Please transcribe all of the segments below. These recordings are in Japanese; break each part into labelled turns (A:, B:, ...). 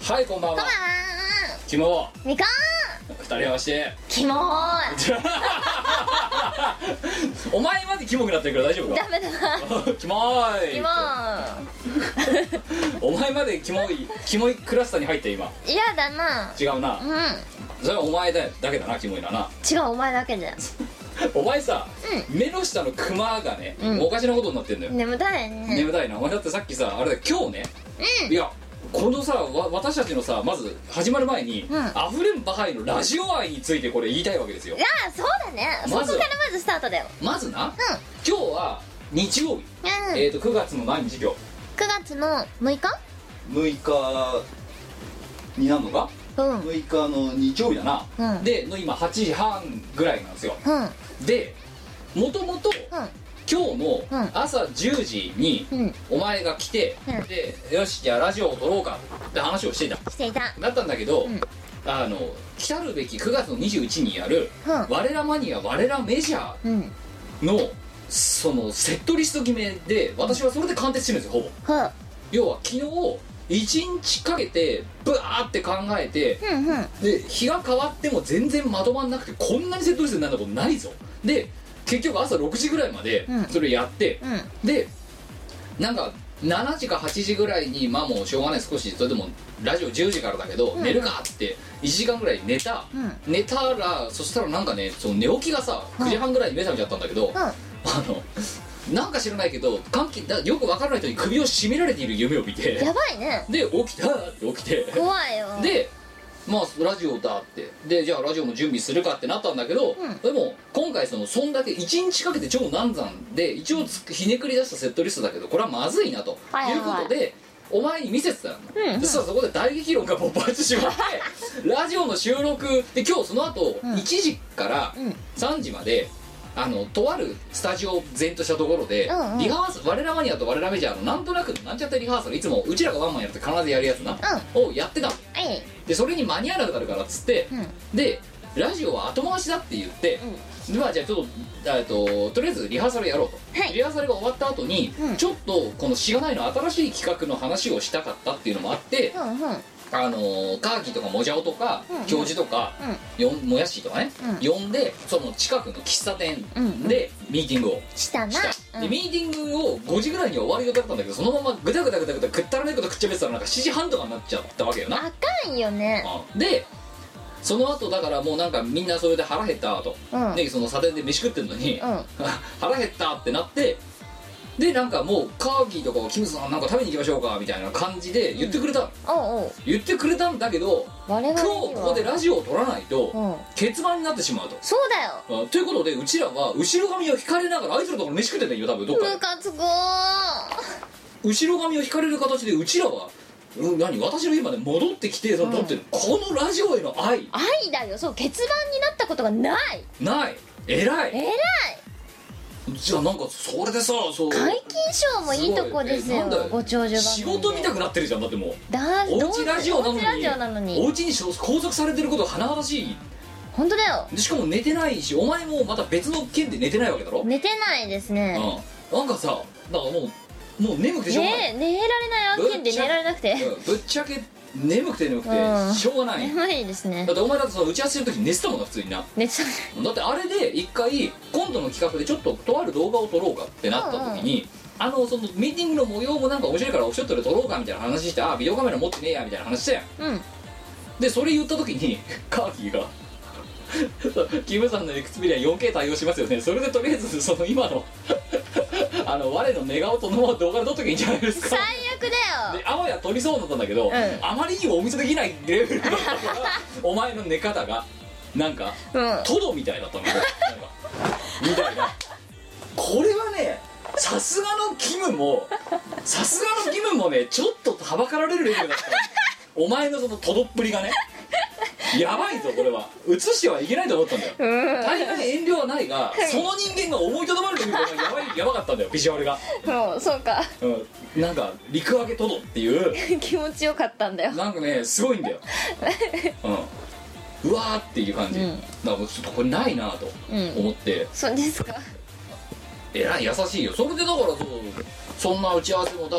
A: はいこんばんは
B: こんばんは
A: キモ
B: みこ
A: 二人合わせ て
B: キモーい
A: お前までキモくなってるから大丈夫
B: ダメだな
A: かキモい
B: キモー
A: お前までキモいキモいクラスターに入って今
B: 嫌だな
A: 違うな
B: うん
A: それはお前だだけだなキモいなな
B: 違うお前だけだよ
A: お前さ、目の下のクマがね、
B: うん
A: おかしなことになってんだよ、
B: 眠たいね
A: 眠たいなお前だってさっきさあれだよ今日ね
B: うん
A: いやこのさわ私たちのさまず始まる前に、
B: うん
A: あふれんばかりのラジオ愛についてこれ言いたいわけですよ
B: いやそうだねそ
A: ま
B: こ
A: ず
B: からまずスタートだよ
A: まずな
B: うん
A: 今日は日曜日、
B: うん
A: え
B: 9
A: っ、と9月の何日今日
B: 月の6日
A: 6日になるのか
B: うんうん
A: 6日の日曜日だな、
B: うん
A: での今8時半ぐらいなんですよでもともと
B: う
A: 今日
B: うん
A: の朝10時に
B: んうん
A: お前が来て、
B: うん
A: でよしじゃあラジオを撮ろうかって話をしていた
B: していた
A: だったんだけど、
B: うん
A: あの来たるべき9月の21にやる
B: うん
A: 「我らマニア我らメジャ
B: うん
A: ーの」そのセットリスト決めで私はそれで鑑定してるんですよほぼ
B: ほう
A: 要は昨日1日かけてブワーって考えて
B: うんうん
A: で日が変わっても全然まとまんなくてこんなにセットリストになることないぞで結局朝6時ぐらいまで
B: うん
A: それやって、
B: うん
A: でなんか7時か8時ぐらいにまあもうしょうがない少しそれでもラジオ10時からだけど、
B: うん
A: 寝るかって1時間ぐらい寝た、
B: う
A: 寝たらそしたらなんかねその寝起きがさ
B: うん
A: 9時半ぐらいに目覚めちゃったんだけど、あのなんか知らないけど関係だよくわからない人に首を絞められている夢を見て
B: んやばいね
A: で起きたって起きて
B: 怖いよ
A: でまあラジオだってでじゃあラジオも準備するかってなったんだけど、
B: うん
A: でも今回そのそんだけ1日かけて超難産で一応つひねくり出したセットリストだけどこれはまずいなと、
B: はいいはいう
A: ことでお前に見せてたの、
B: うんうん
A: そしたらそこで大激論が勃発しまって ラジオの収録で今日その後
B: うん
A: 1時から
B: うん
A: 3時まであのとあるスタジオを前としたところで、
B: うんうん
A: リハーサル我らマニアと我らメジャーのなんとなくのなんちゃってリハーサルいつもうちらがワンマンやると必ずやるやつな、をやってたの
B: はい
A: でそれに間に合わなくなるからっつって、
B: うん
A: でラジオは後回しだって言って、でまあじゃあちょっとえっととりあえずリハーサルやろうと、
B: はい
A: リハーサルが終わった後に、
B: うん
A: ちょっとこの「しがない」の新しい企画の話をしたかったっていうのもあって、
B: うんうんうん
A: あのーカーキとかもじゃおとか、
B: うん
A: 教授とか、よんもやしとかね、
B: う
A: 呼んでその近くの喫茶店
B: うん
A: でミーティングを
B: したな
A: した、
B: うん
A: でミーティングを5時ぐらいには終わりがだったんだけどそのままぐだぐだぐだぐだくったらないこと食っちゃべってたらなんか7時半とかになっちゃったわけよな
B: あかんよね
A: でその後だからもうなんかみんなそれで腹減ったと、
B: うん
A: でその査定で飯食ってんのに、
B: うん
A: 腹減ったってなってでなんかもうカーギーとかをキムさんなんか食べに行きましょうかみたいな感じで言ってくれたの、
B: おうおう
A: 言ってくれたんだけど
B: 我々に
A: 今日ここで
B: は
A: ラジオを撮らないと、
B: うん
A: 欠番になってしまうと。
B: そうだよ
A: あということでうちらは後ろ髪を引かれながらあいつらのところ飯食ってたんよ多分どっかで
B: ムカつくー
A: 後ろ髪を引かれる形でうちらは、うん、何私の家まで戻ってきてその、
B: うん
A: だってこのラジオへの愛
B: 愛だよそう欠番になったことがない
A: ない偉い
B: 偉い
A: じゃあなんかそれでさそう
B: 皆勤賞もいいとこです
A: すごいえな
B: よ
A: んだよ
B: ご長寿番組で
A: 仕事みたくなってるじゃんだってもう
B: だ
A: おうちラジオなの
B: おう
A: に
B: ちラジオなの
A: お
B: に
A: うちに拘束されてることが甚だしい
B: 本当だよ
A: でしかも寝てないしお前もまた別の件で寝てないわけだろ、
B: 寝てないです
A: う
B: ね
A: ん、なんかさだからもうもう眠くてしょうがない、
B: ね寝られない案件で寝られなくて
A: うんぶっちゃけ眠くて眠く
B: う
A: て
B: ん
A: しょうがない、
B: 眠いですね
A: だってお前だってその打ち合わせする時寝てたもんな普通にな
B: 寝てた
A: だってあれで一回今度の企画でちょっととある動画を撮ろうかってなった時に、あのそのミーティングの模様もなんか面白いからオフショットで撮ろうかみたいな話してあビデオカメラ持ってねえやみたいな話したやん
B: うん
A: でそれ言った時に カーキーが「 キムさんのエクスペリア 4K 対応しますよねそれでとりあえずその今の あの我の寝顔とのまま動画で撮っときゃいいんじゃないですか
B: 最」悪だ
A: で
B: よ
A: あわや撮りそうだったんだけど、
B: ん
A: あまりにもお見せできないレベルだったから お前の寝方がなんか
B: うん
A: トドみたいだったのよなんかみたいなこれはねさすがのキムもさすがのキムもねちょっとはばかられるレベルだったのお前のそのトドっぷりがねやばいぞこれは映してはいけないと思ったんだよ
B: うん
A: 大変遠慮はないがその人間が思いとどまるということがやばいやばかったんだよビジュアルが、
B: そうそうか
A: うん、なんか陸揚げトドっていう
B: 気持ちよかったんだよ
A: なんかねすごいんだよ、うん、うわーっていう感じ、
B: うん
A: だからもうちょっとこれないなと
B: うん
A: 思って、
B: そうですか
A: えらい優しいよそれでだからそうそんな打ち合わせもだ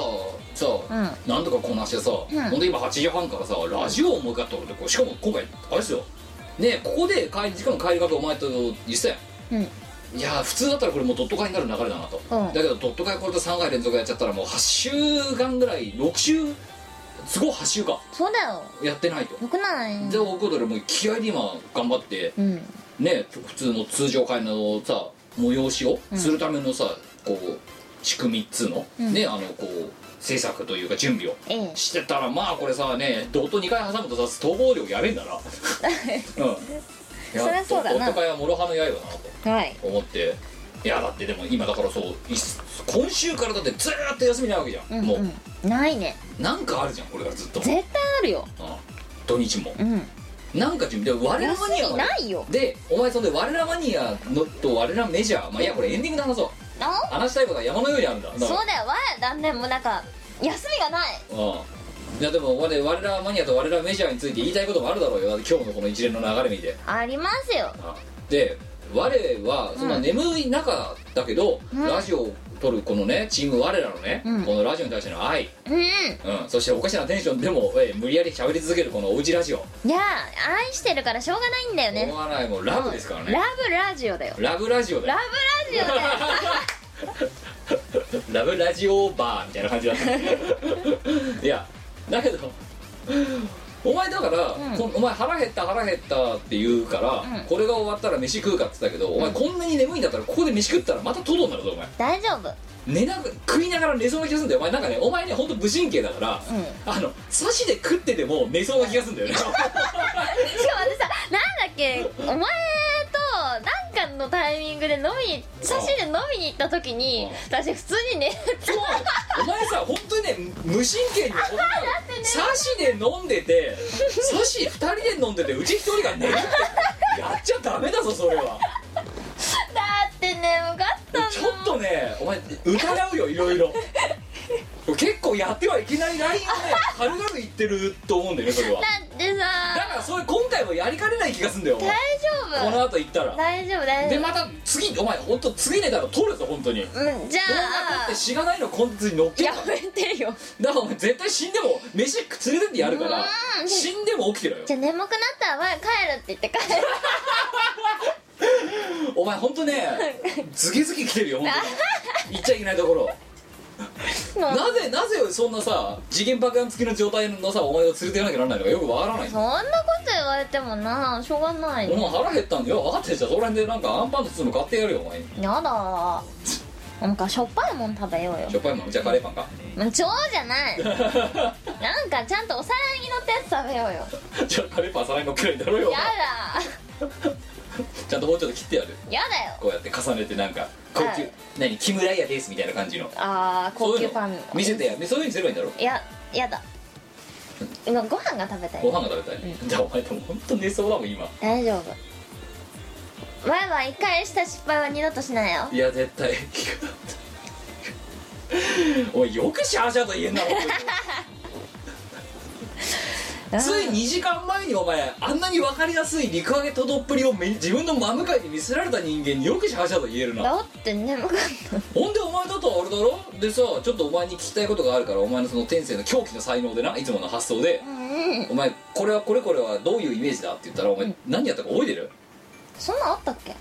A: さあ、なんとかこなしてさ、
C: ん
A: ほんで今8時半からさラジオを向かったことでしかも今回あれですよねここで帰り時間帰りかけお前と言ってたやん
C: うん
A: いやー普通だったらこれもうドット会になる流れだなと、
C: うん
A: だけどドット会これで3回連続やっちゃったらもう8週間ぐらい6週すごい8週か
C: そうだよ
A: やってないと、
C: よくない
A: で僕ことでもう気合で今頑張って
C: うん
A: ね普通の通常会のさ催しをするためのさ、こう仕組みっつうの、
C: うん
A: ねあのこう制作というか準備を
C: ええ
A: してたらまあこれさねドット2回挟むとさ逃亡量やべえんだなうんいや
C: そりゃそうだな
A: ドット会は諸刃の刃だなと
C: はい
A: 思っていやだってでも今だからそうい今週からだってずーっと休みないわけじゃん、
C: うん
A: も
C: う
A: うん
C: ないね
A: なんかあるじゃんこれからずっと、うん
C: 絶対あるよ
A: 土日も
C: うん
A: なんか準備で我らマニア
C: 休
A: は
C: みないよ
A: でお前そんで我らマニアのと我らメジャーまあいやこれエンディングで話そう
C: あ
A: 話したいことは山のようにあるんだだ
C: そうだよわだねもうなんか休みがない
A: うんいやでも我々我らマニアと我らメジャーについて言いたいこともあるだろうよ今日のこの一連の流れ見て
C: ありますよ
A: で我はそんな眠い中だけど、
C: うん
A: ラジオを撮るこのねチーム我らのね、
C: うん
A: このラジオに対しての愛、
C: うん
A: うん、そしておかしなテンションでも、えー無理やり喋り続けるこのおうちラジオ、
C: いや愛してるからしょうがないんだよ
A: 思
C: ね
A: わないもうラブですからね
C: ラブラジオだよ
A: ラブラジオだ
C: ラ
A: よ
C: ブラジオだよ
A: ラブラジオバーみたいな感じだった いやだけどお前だから、
C: うん
A: こんお前腹減った腹減ったって言うから、
C: うん
A: これが終わったら飯食うかって言ったけど、お前こんなに眠いんだったらここで飯食ったらまたトドになるぞお前
C: 大丈夫
A: 寝な食いながら寝そうな気がするんだよお前なんかねお前ね本当無神経だから、
C: うん
A: あの刺しで食ってても寝そうな気がするんだよね
C: しかも私さなんだっけお前となんかのタイミングで飲みに写真で飲みに行った時に
A: うん
C: 私普通に寝て
A: そうお前さ本当にね無神経にお前サシで飲んでてサシ2人で飲んでてうち1人が寝るってやっちゃダメだぞそれは
C: だって眠かったの
A: ちょっとねお前疑うよいろいろ結構やってはいけないラインをね軽々言ってると思うんだよねそれは
C: だって
A: だか
C: さ
A: らそういう今回もやりかねない気がするんだよお
C: 大
A: 前こ
C: 丈
A: の後行った
C: 夫
A: ら
C: 大丈夫大
A: で
C: 丈
A: また次お前本当次寝たら取るぞ本当に動
C: 夫うんじゃ
A: 画撮って
C: あ
A: しがないのコンテンツに乗っける
C: や
A: から
C: めてよ
A: だからお前絶対死んでも飯連れてってやるから
C: うん
A: 死んでも起きてろよ
C: じゃあ眠くなったら前帰るって言って帰る
A: お前本当ねズキズキ来てるよ本当 に言っちゃいけないところ
C: もう
A: なぜなぜそんなさ次元爆弾付きの状態のさお前を連れていかなきゃならないのかよくわからない
C: そんなこと言われてもなしょうがない
A: お
C: や
A: 前腹減ったんだよ分かってるじゃんそこら辺でなんかアンパンの包む買ってやるよお前に
C: だなんかしょっぱいもん食べようよ
A: しょっぱいもんじゃあカレーパンか
C: もう超じゃないなんかちゃんとお皿に乗ったやつ食べようよ
A: じゃあカレーパン皿に乗っけないんだろうよ
C: やだ
A: ちゃんと包丁で切ってやる
C: やだよ
A: こうやって重ねてなんか高級、
C: はい
A: 何木村屋ですみたいな感じの
C: あー高級パン
A: そういうの見せてやそういうふうにすればいいんだろ
C: いややだうわご飯が食べた
A: ご
C: い
A: 飯が食べたい、じゃあお前でも本当寝そうだもん今
C: 大丈夫前は一回した失敗は二度としないよ
A: いや絶対 おいよくシャーシャーと言えんな 本当につい2時間前にお前あんなに分かりやすい陸揚げとどっぷりをめ自分の真向かいで見せられた人間によくシャーシャーと言えるな
C: だって眠かった
A: ほんでお前だとあれだろでさちょっとお前に聞きたいことがあるからお前のその天性の狂気の才能でないつもの発想で
C: うん
A: 「お前これはこれこれはどういうイメージだ?」って言ったらお前何やったか覚えてる
C: そんなんあったっけ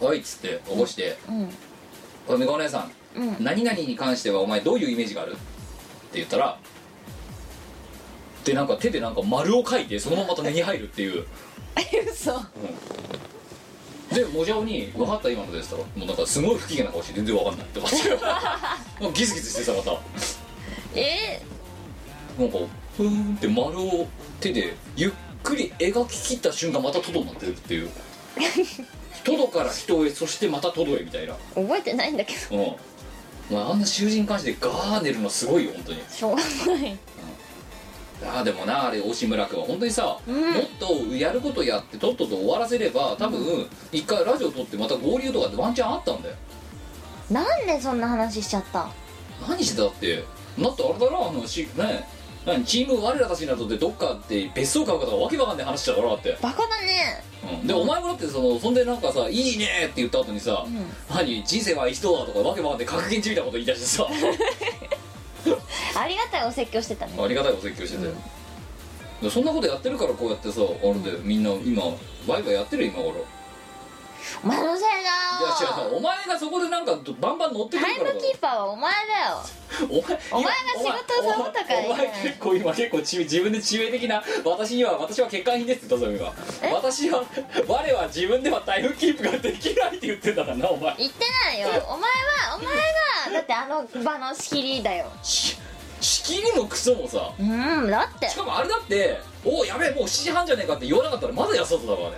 A: おいっつって起こして
C: うん
A: 「おいみこお姉さん
C: うん
A: 何々に関してはお前どういうイメージがある?」って言ったらでなんか手でなんか丸を描いてそのまままた根に入るっていう
C: 嘘
A: でモジャオに「分かった今のです」ともうなんかすごい不機嫌な顔して全然分かんないって ってもうギスギスしてさまた
C: え
A: なんかふーんって丸を手でゆっくり描き切った瞬間またトドになってるっていう トドから人へそしてまたトドへみたいな
C: 覚えてないんだけど
A: うんお前あんな囚人監視でガーネルのすごいよ本当に
C: しょうがない
A: ああでもなあれ押村君は本当にさ、
C: うん
A: もっとやることやってとっとと終わらせれば多分一回ラジオ撮ってまた合流とかってワンチャンあったんだよ
C: なんでそんな話しちゃった
A: 何してたってだってあれだろあのしね何チーム我らたちなどでどっかって別荘買うかとかわけわかんない話しちゃうからだって、
C: バカだね
A: うん、でお前もだってそのそんでなんかさ「いいね」って言った後にさ「
C: ん
A: 何人生は一度だ」とかわけわかんない格言じみたこと言い出してさ
C: ありがたいお説教してたね
A: ありがたいお説教してたよ、でそんなことやってるからこうやってさあれでみんな今ワイワイやってるよ今頃い
C: お前のせい
A: や違うさ
C: だよ
A: お前がそこでなんかバンバン乗ってく
C: タ
A: る
C: イ
A: からだ
C: ムキーパーはお前だよ
A: お前
C: お前が
A: いや
C: 仕事をサボったからいい
A: お前お
C: じゃ
A: 前
C: ない
A: 結構今結構ち自分で致命的な私には私は欠陥品ですって言ったぞ今私は我は自分ではタイムキープができないって言ってたからなお前
C: 言っ てないよお前はお前がだってあの場の仕切りだよ
A: し仕切りもクソもさ
C: うんだって
A: しかもあれだっておおやべえもう7時半じゃねえかって言わなかったらまだ安外だからね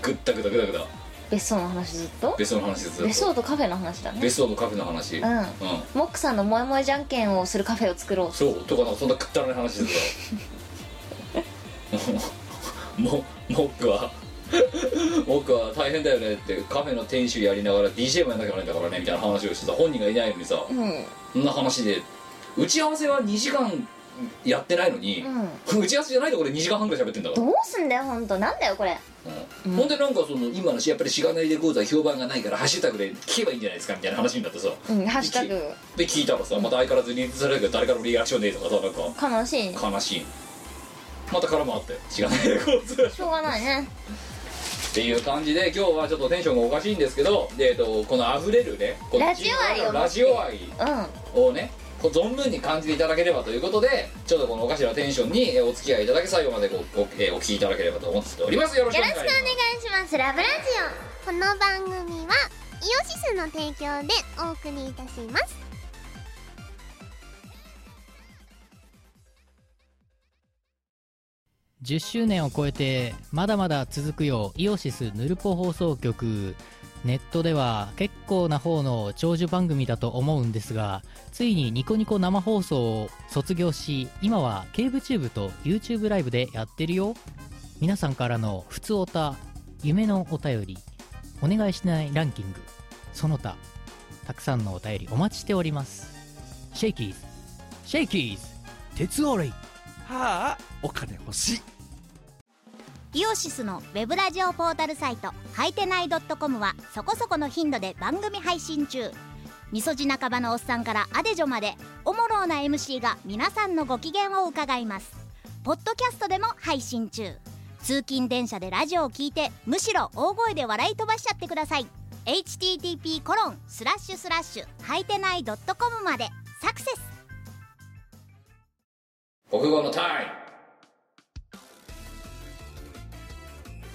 A: ぐったぐだぐだぐだ
C: 別荘の話ずっと
A: 別荘の話です
C: 別荘とカフェの話だね
A: 別荘のカフェの話
C: うんモックさんのモヤモヤじゃんけんをするカフェを作ろう
A: そうとかなんかそんなくったらない話ですよ もうモックはモックは大変だよねってカフェの店主やりながら DJ もやんなきゃいけないんだからねみたいな話をしてさ本人がいないのにさ
C: うんうん
A: そんな話で打ち合わせは2時間やってないのに、打ち合わせじゃないところで2時間半ぐらい喋ってんだから
C: どうすんだよ本当なんだよこれ
A: うんほんでなんかその今のしやっぱりしがないレコードは評判がないからハッシュタグで聞けばいいんじゃないですかみたいな話になってさ
C: うんハッシュタグ
A: で聞いたらさまた相変わらずリリースされるけど誰からもリアクションねえとかさなんか
C: 悲しい
A: 悲しいまた絡まって違うねこいつっ
C: しょうがないね
A: ていう感じで今日はちょっとテンションがおかしいんですけどで、えっと、この溢れるねこの
C: ラジオ愛を
A: ラジオ愛
C: うん
A: をねこう存分に感じていただければということでちょっとこのおかしなテンションにえお付き合いいただき最後までごごえお聞きいただければと思っておりますよろしくお
C: よろ
A: 願い
C: し
A: し
C: くお
A: ま
C: 願
A: す
C: いしますラブラジ
D: この番組はイオシスの提供でお送りいたします
E: 10周年を超えてまだまだ続くようイオシスヌルポ放送局ネットでは結構な方の長寿番組だと思うんですがついにニコニコ生放送を卒業し今はケーブチューブと YouTube ライブでやってるよ皆さんからの普通おた夢のお便りお願いしないランキングその他たくさんのお便りお待ちしておりますシェイキーズシェイキーズ鉄オレイ
F: はあお金欲しい
D: イオシスのウェブラジオポータルサイトはいてない .com はそこそこの頻度で番組配信中みそじ半ばのおっさんからアデジョまでおもろうな MC が皆さんのご機嫌を伺いますポッドキャストでも配信中通勤電車でラジオを聞いてむしろ大声で笑い飛ばしちゃってください http コロンスラッシュスラッシュはいてない .com までサクセス
A: 国語のタイム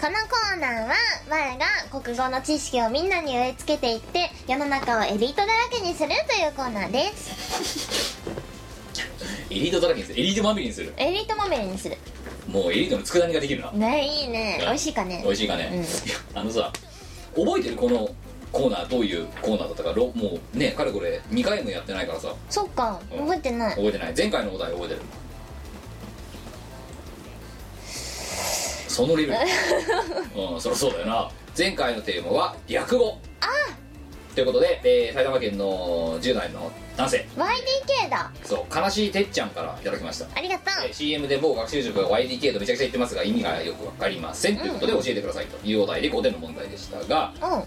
C: オこのコーナーは我が国語の知識をみんなに植え付けていって世の中をエリートだらけにするというコーナーです
A: エリートだらけにするエリートまみれにする
C: エリートまみれにする
A: もうエリートの佃煮ができるな
C: ねいいね美味しいかね
A: 美味しいかね、
C: う
A: い
C: ん
A: やあのさ覚えてるこのコーナーどういうコーナーだったかろもうねかれこれ2回もやってないからさ
C: そっか覚えてない
A: 覚えてない前回のお題覚えてるそのレ ベルうんそりゃそうだよな前回のテーマは略語ということで、えー埼玉県の10代の男性
C: YDK だ
A: そう悲しいてっちゃんからいただきました
C: ありがと
A: えー CM で某学習塾が YDK とめちゃくちゃ言ってますが意味がよくわかりません、ということで教えてくださいというお題で5点の問題でしたが
C: ううん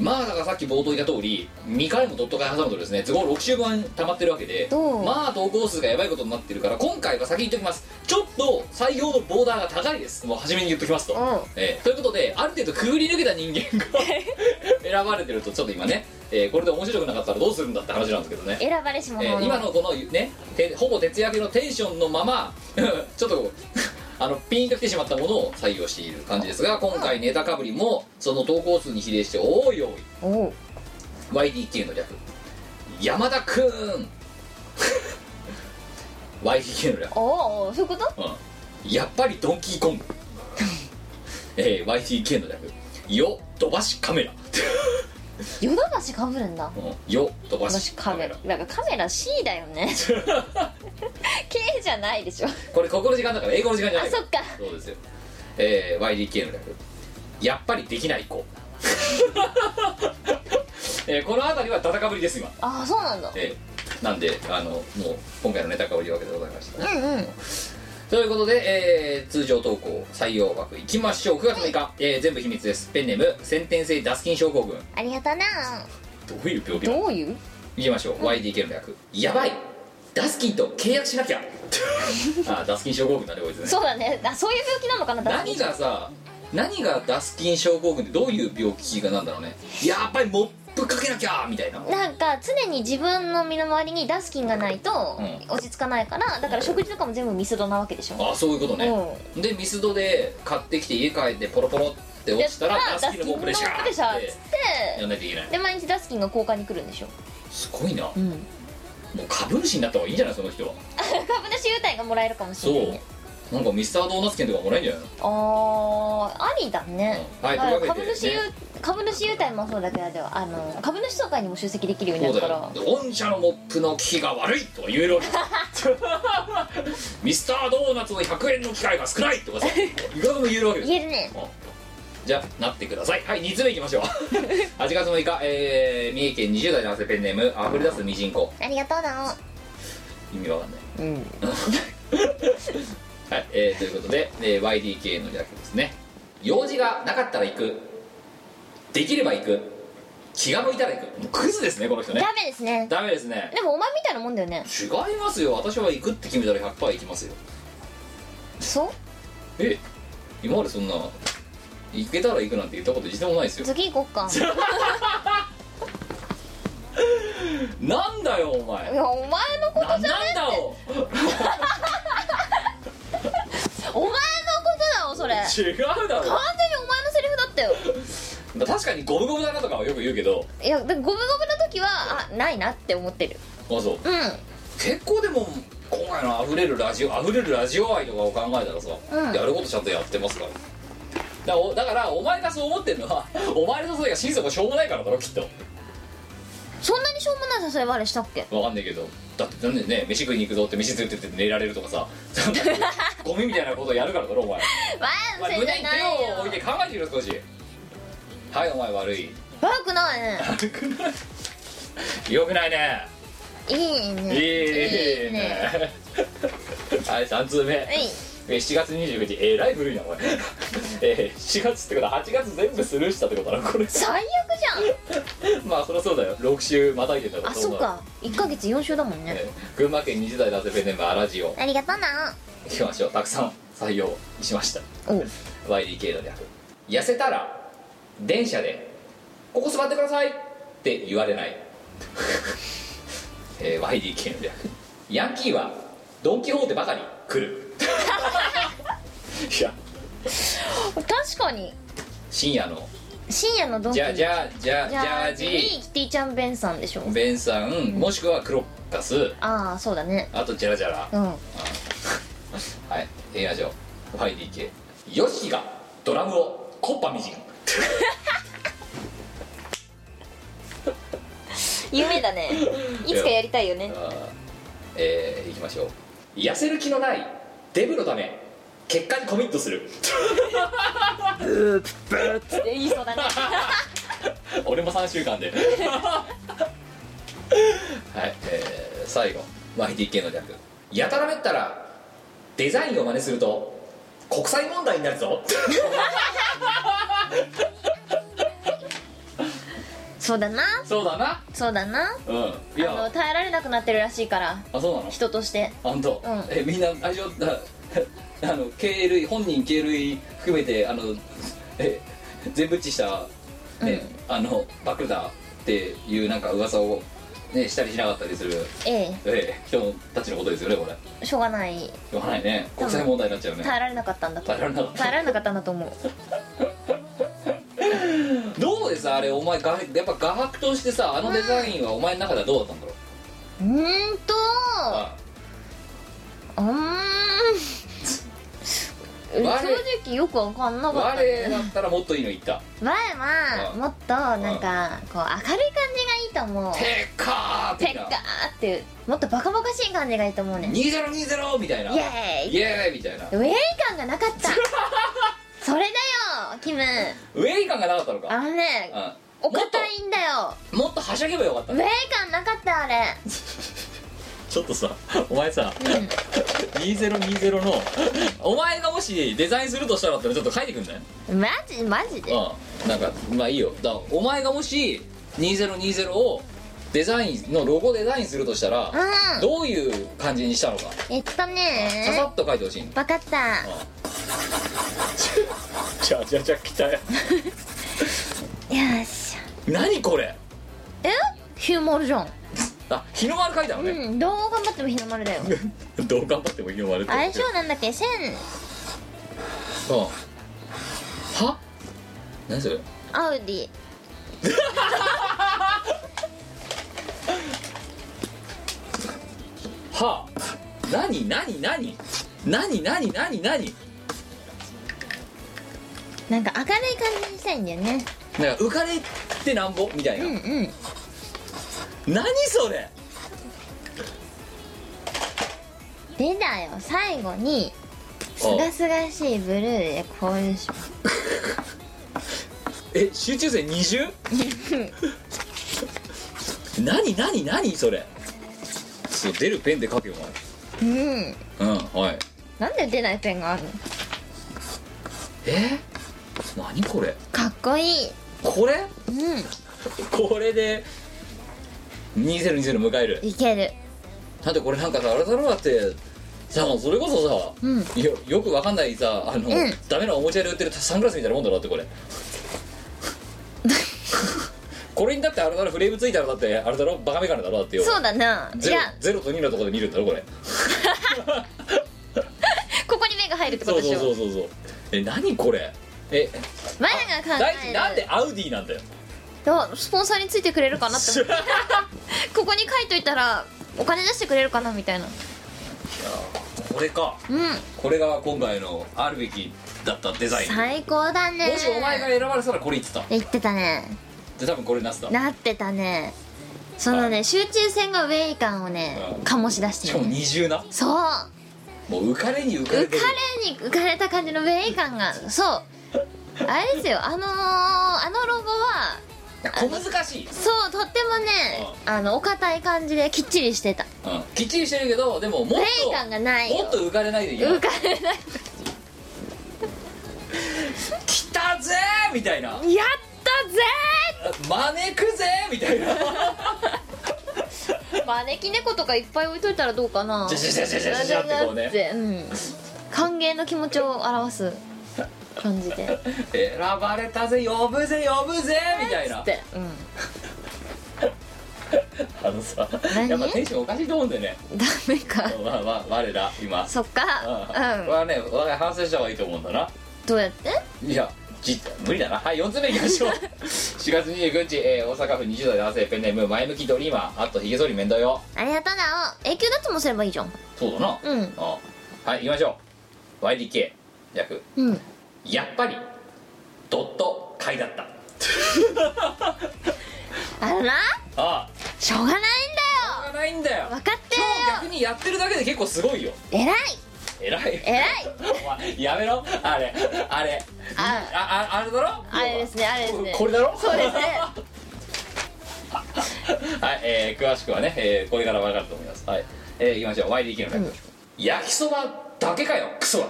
A: まあだからさっき冒頭言った通り2回もドット会挟むとですね都合6週分溜まってるわけで
C: どう
A: まあ投稿数がやばいことになってるから今回は先言っておきますちょっと採用のボーダーが高いですもう初めに言っときますと、
C: うん
A: えーということである程度くぐり抜けた人間 が選ばれてるとちょっと今ね、えーこれで面白くなかったらどうするんだって話なんですけどね
C: 選ばれし者
A: えー今のこのねてほぼ徹夜明けのテンションのまま ちょっとあのピンときてしまったものを採用している感じですが今回ネタかぶりもその投稿数に比例して多い多い
C: おう
A: YDK の略山田くーん YDK の略、
C: おうおうそういうこと
A: うん、やっぱりドンキーコング、 えー YDK の略よ飛ばしカメラ、
C: ヨドバシかぶるんだ
A: うん、よ飛ば
C: 私
A: し
C: カ
A: カメ
C: メ
A: ラ
C: ラなんかカメラ C だよ ね K じゃないでしょあ
A: これここの時間だから英語の時間じゃないから
C: そっか
A: そうですよ、えー、YDK の略やっぱりできない子 えーこの辺りはダダかぶりです今、
C: ああそうなんだ
A: えーなんであのもう今回のネタかぶりわけでございました、
C: うんうん
A: んということで、えー通常投稿採用枠いきましょう9月6日、えー全部秘密ですペンネーム先天性ダスキン症候群
B: ありがとうな
A: どういう病気だ
C: どういう
A: いきましょう、YDK の役やばいダスキンと契約しな きゃあーダスキン症候群だねこいつね
C: そうだねあそういう病気なのかな
A: 何がさ何がダスキン症候群ってどういう病気がなんだろうねやっぱりモップかけなきゃみたいな
B: なんか常に自分の身の回りにダスキンがないと
A: うん
B: 落ち着かないからだから食事とかも全部ミスドなわけでしょ
A: あそういうことね、でミスドで買ってきて家帰ってポロポロって落
C: や
A: ちたらダスキンのモップでシャ
C: ダスキンのモップでシャ
A: ー
C: ー
A: っ
C: ってて
A: やんないといけない
C: で毎日ダスキンが交換に来るんでしょ
A: すごいなも
C: うん
A: う株主になった方がいいんじゃないその人は
C: 株主優待がもらえるかもし
A: そ
C: れないね
A: うなんかミスタードーナツ券とかもらえんじゃないの
C: あーありだね、
A: うんはい
C: だから
A: というわけ
C: 株
A: で
C: 主優株主優待もそうだけどではあの株主総会にも出席できるようにな
A: そう
C: る
A: だ
C: か
A: よ
C: ら
A: 御社のモップの機が悪いとは言えるわけだミスタードーナツの100円の機会が少ないとかさいくらでも言えるわけですよ
B: 言えるね
A: じゃあなってくださいはい2つ目いきましょう 8月6日、えー、三重県20代男性ペンネームあふれ出すミジンコ
B: ありがとうな
A: 意味わかんない
C: うん
A: はい、えーということで、えー YDK の略ですね用事がなかったら行くできれば行く気が向いたら行くもうクズですねこの人ね
B: ダメですね
A: ダメですね
C: でもお前みたいなもんだよね
A: 違いますよ私は行くって決めたら100%行きますよ
C: そ
A: え今までそんな行けたら行くなんて言ったこと一度もないですよ
C: う次行こっか
A: なんだよお前
C: いやお前のこ
A: ななんだよ
C: お前のことだよそれ完
A: 違うだろ
C: 全にお前のセリフだったよ
A: 確かにゴブゴブだなとかはよく言うけど
C: いやでゴブゴブの時はあないなって思ってる
A: まあそう
C: うん
A: 結構でも今回の溢れるラジオ溢れるラジオ愛とかを考えたらさ、
C: うん
A: やることちゃんとやってますからだからおだからお前がそう思ってるのは お前の誘いが心底しょうもないからだろきっと
C: そんなにしょうもない誘い悪したっけ
A: わかんないけどだってなんでね飯食いに行くぞって飯連れてって寝られるとかさ そんなゴミみたいなことをやるからだろお前
C: わ
A: お
C: あ
A: 前
C: せんじ
A: 胸
C: ゃ
A: に
C: ない
A: 手を置いて
C: よ
A: 考えてみろ少しはいお前悪い
C: 悪くないね
A: よくないね
C: いい
A: いい
C: ね
A: ね はい3通目
C: はい
A: えー7月29日えらい古いな これえー7月ってことは8月全部スルーしたってことだなこれ
C: 最悪じ
A: まあそりゃそうだよ6週またいでた
C: ゃん
A: ら
C: あそっ
A: うだろ
C: か1ヶ月4週だもん
A: う
C: ね
A: えー群馬県20代男性ペンネームアラジオ
B: ありがとうない
A: きましょうたくさん採用しました
C: おう
A: YDK の略痩せたら電車で「ここ座ってください」って言われない、 えー YDK の略ヤンキーはドン・キホーテばかり来 るいや
C: 確かに
A: 深夜の
C: 深夜のドンキ
A: じゃじゃじゃ
C: ジ
A: じ
C: ャ
A: ゃ
C: ージに
A: じ
C: キティちゃんベンさんでしょ
A: ベンさんもしくはクロッカス
C: ああそうだね
A: あとジャラジャラ
C: うん
A: はいエイラジョ YDK ヨシキがドラムをコッパみじん
C: 夢だねいつかやりたいよね
A: えー、いきましょう痩せる気のないデブのため結果にコミットする
C: いいそうだね
A: 俺も3週間で はい、えー、最後 YDK の略やたらめったらデザインを真似すると国際問題になるぞ
C: そうだな
A: そうだな
C: そうだな
A: うんい
C: あの
A: や
C: 耐えられなくなってるらしいから
A: あそうなの
C: 人として
A: 本当、
C: うん
A: えみんなあれでしょだ あの経類本人経類含めてあのえ全部一致した、ねあのバクダっていうなんか噂をねしたりしなかったりする、
C: え
A: え人たちのことですよねこれ
C: えしょうがない
A: 言わないね国際問題になっちゃうね
C: 耐えられなかったんだと
A: 耐えられなかった
C: 耐えられなかったんだと思う
A: どうですあれお前がやっぱ画伯としてさあのデザインはお前の中ではどうだったんだろう、
C: うーんと
A: あ
C: うーん正
A: 我
C: 直よくわかんなかった
A: 我だったらもっといいの言った
B: 前は
A: うん
B: もっとなんかこう明るい感じがいいと思う
A: 「テッカー」
C: ペ
A: 的
C: ッ
A: な
C: カーっていうもっとバカバカしい感じがいいと思うね
A: 2020みたいな
B: イエーイ
A: イエーイみたいな
B: ウェイ感がなかったそれだよキム
A: ウェイ感がなかったのか
B: あのね
A: う
B: お
A: んもっ
B: 堅いんだよ
A: ともっとはしゃげばよかった
B: ウェイ感なかったあれ
A: ちょっとさお前さ、 2020のお前がもしデザインするとしたらだったらちょっと書いてくんだよ
C: マジマジで
A: うんなんかまあいいよだからお前がもし2020をデザインのロゴデザインするとしたら、
B: うん
A: どういう感じにしたのか
B: えっと
A: ささ
B: ね
A: っと書いてほしい
B: わかった
A: じゃあじゃあじゃあ来たよ
B: よいしょ
A: 何これ
C: えヒューモルじゃん
A: あ日の丸書いたのね、
C: うんどう頑張っても日の丸だよ
A: どう頑張っても日の丸って
B: 相性なんだっけ線
A: うんは何それ
B: アウディ
A: はあ何何何何何何何
B: なんか明るい感じにしたいんだよね
A: なんか浮かれてなんぼみたいな、
B: うんうん
A: 何それ
B: でだよ最後にすがすがしいブルーでこういうしょ
A: え集中線 20? 何何何それそう出るペンで書けよ
B: うん
A: お前うんはい
C: なんで出ないペンがあるの
A: え何これ
B: かっこいい
A: これ
B: う
A: これで2020迎える
B: んいける
A: だってこれなんかさあれだろだってさそれこそさ、よよくわかんないさあの、
B: ん
A: ダメなおもちゃ屋で売ってるサングラスみたいなもんだろだってこ れこれにだってあれだろフレームついたらだってあれだろバカメガネだろだってよ
C: そうだな
A: ゼ
C: い
A: ロ
C: や
A: ゼロと2のところで見るんだろこれ
C: ここに目が入るってこ
A: そ
C: と
A: う
C: でし
A: そう
C: ょ
A: そうそうそうえ何これえ
C: マヤが考
A: 大
C: え
A: 地
C: る
A: なんでアウディなんだよ
C: あスポンサーについてくれるかなって 思ってここに書いといたらお金出してくれるかなみたいな
A: これか
C: うん
A: これが今回のあるべきだったデザイン
B: 最高だね
A: もしお前が選ばれたらこれ言ってた
B: 言ってたね
A: で多分これなすだ
B: なってたねそのね、集中線がウェイ感をね
A: うん
B: 醸し出し
A: してか
B: る
A: も
B: ね
A: 二重な
B: そう
A: もう浮かれに浮かれ
B: 浮
A: て
B: か
A: る
B: れに浮かれた感じのウェイ感がそうあれですよあのー、あのロゴは
A: 小難しい、
B: そうとってもねあのお堅い感じできっちりしてた
A: うん、きっちりしてるけどでもも
B: ウ
A: っ
B: ェ
A: と
B: イ感がないよ
A: もっと浮かれないでいい
B: 浮かれない
A: 来たぜーみたいな
B: やったぜ
A: 招くぜーみたいな
C: 招き猫とかいっぱい置いといたらどうかな
A: ジャジャジャジャジャジャってこうね
C: てうん歓迎の気持ちを表す感じで
A: 選ばれたぜ呼ぶぜ呼ぶぜみたいな
C: でうん
A: あのさ
C: 何
A: やっぱテンションおかしいと思うんだよね
C: ダメか
A: わわ我ら今
C: そっ
A: うん
C: か
A: これはね我々反省した方がいいと思うんだな
C: うんどうやって
A: いやじ無理だなはい4つ目いきま しょう4月29日、えー大阪府20代男性ペンネーム前向きドリーマーあとひげ剃り面倒よ
C: あれやったな永久脱毛すればいいじゃん
A: そうだな
C: うん
A: あはい行きましょう YDK 役
C: うん
A: やっぱりドット買いだった
C: あらな
A: ああ
C: しょうがないんだ
A: しょうがないんだよ
C: よ分かって
A: 今日
C: る
A: 逆にやってるだけで結構すごいよ
C: よ偉い
A: 偉い
C: 偉い
A: お前 やめろあれあれ
C: あ
A: あああれだろ
C: あれですねあれですね
A: これだろ
C: そうですね
A: はい、えー、詳しくはね、えー、これから分かると思いますはい、えー、いきましょう YDK の略、焼きそばだけかよクソは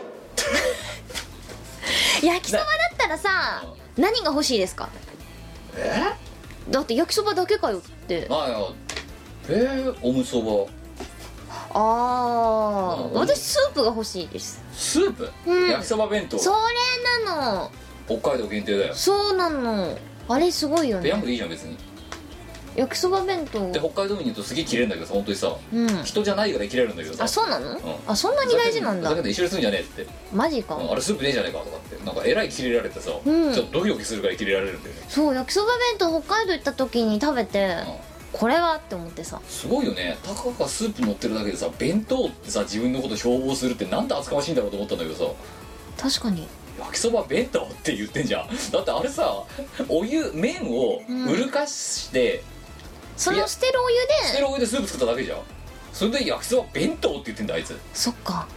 C: 焼きそばだったらさ何が欲しいですか
A: え
C: だって焼きそばだけかよって
A: まあよえー、おむそば
C: ああ
A: うん
C: 私スープが欲しいです
A: スープ、
C: うん
A: 焼きそば弁当
C: それなの
A: 北海道限定だよ
C: そうなのあれすごいよ
A: ペヤン
C: ね
A: グでいいじゃん別に
C: 焼きそば弁当
A: で北海道民に言うとすげえ切れるんだけどさ本当にさ
C: うん
A: 人じゃないぐらい切れるんだけどさ
C: あそうなの、
A: ん
C: あそんなに大事なんだ
A: だけど一緒にすんじゃねえって、
C: マジか、
A: うんあれスープねえじゃねえかとかってなんかえらい切れられてさ、
C: うん
A: ちょっとドキドキするぐらい切れられるんだよね、
C: そう焼きそば弁当北海道行った時に食べて、
A: うん
C: これはって思ってさ
A: すごいよねたかがスープ乗ってるだけでさ弁当ってさ自分のこと標榜するってなんで厚かましいんだろうと思ったんだけどさ
C: 確かに
A: 焼きそば弁当って言ってんじゃんだってあれさお湯麺をうるかして、
C: そ
A: い
C: の
A: や
C: 捨てるお湯
A: 捨
C: で
A: てるお湯でスープ作っただけじゃんそれで焼きそば弁当って言ってんだあいつ
C: そっか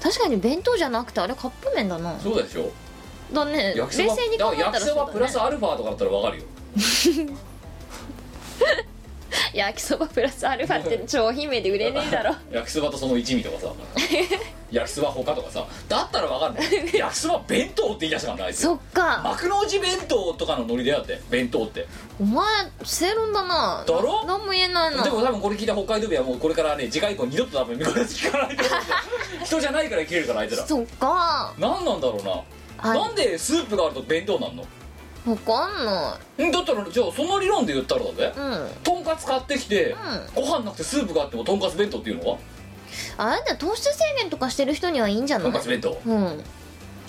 C: 確かに弁当じゃなくてあれカップ麺だな
A: そうだでしょ
C: だね冷
A: 焼きそば
C: 静に考
A: だから
C: えた
A: ら焼きそばプ
C: だ
A: ラ
C: ね
A: スアルファとかだったらわかるよ
C: 焼きそばプラスアルファって商品名で売れねえだろ
A: 焼きそばとその一味とか さ焼きそば他とかさだったらわかんない焼きそば弁当って言い出したからなあいつ
C: そっか
A: 幕の内弁当とかのノリでやって弁当って
C: お前正論だな
A: だろ
C: 何も言えないな
A: でも多分これ聞いた北海道民はもうこれからね次回以降二度と多分見方聞かないと思うんだよ人じゃないから切れるからあいつら
C: そっか
A: 何なんだろうな、
C: あ
A: なんでスープがあると弁当なんの
C: わかんなん
A: だったらじゃあその理論で言ったらだぜ、
C: いうん
A: とんかつ買ってきて、ご飯なくてスープがあってもとんかつ弁当っていうのは
C: あれだよ糖質制限とかしてる人にはいいんじゃな
A: と
C: い
A: んかつ弁当
C: うん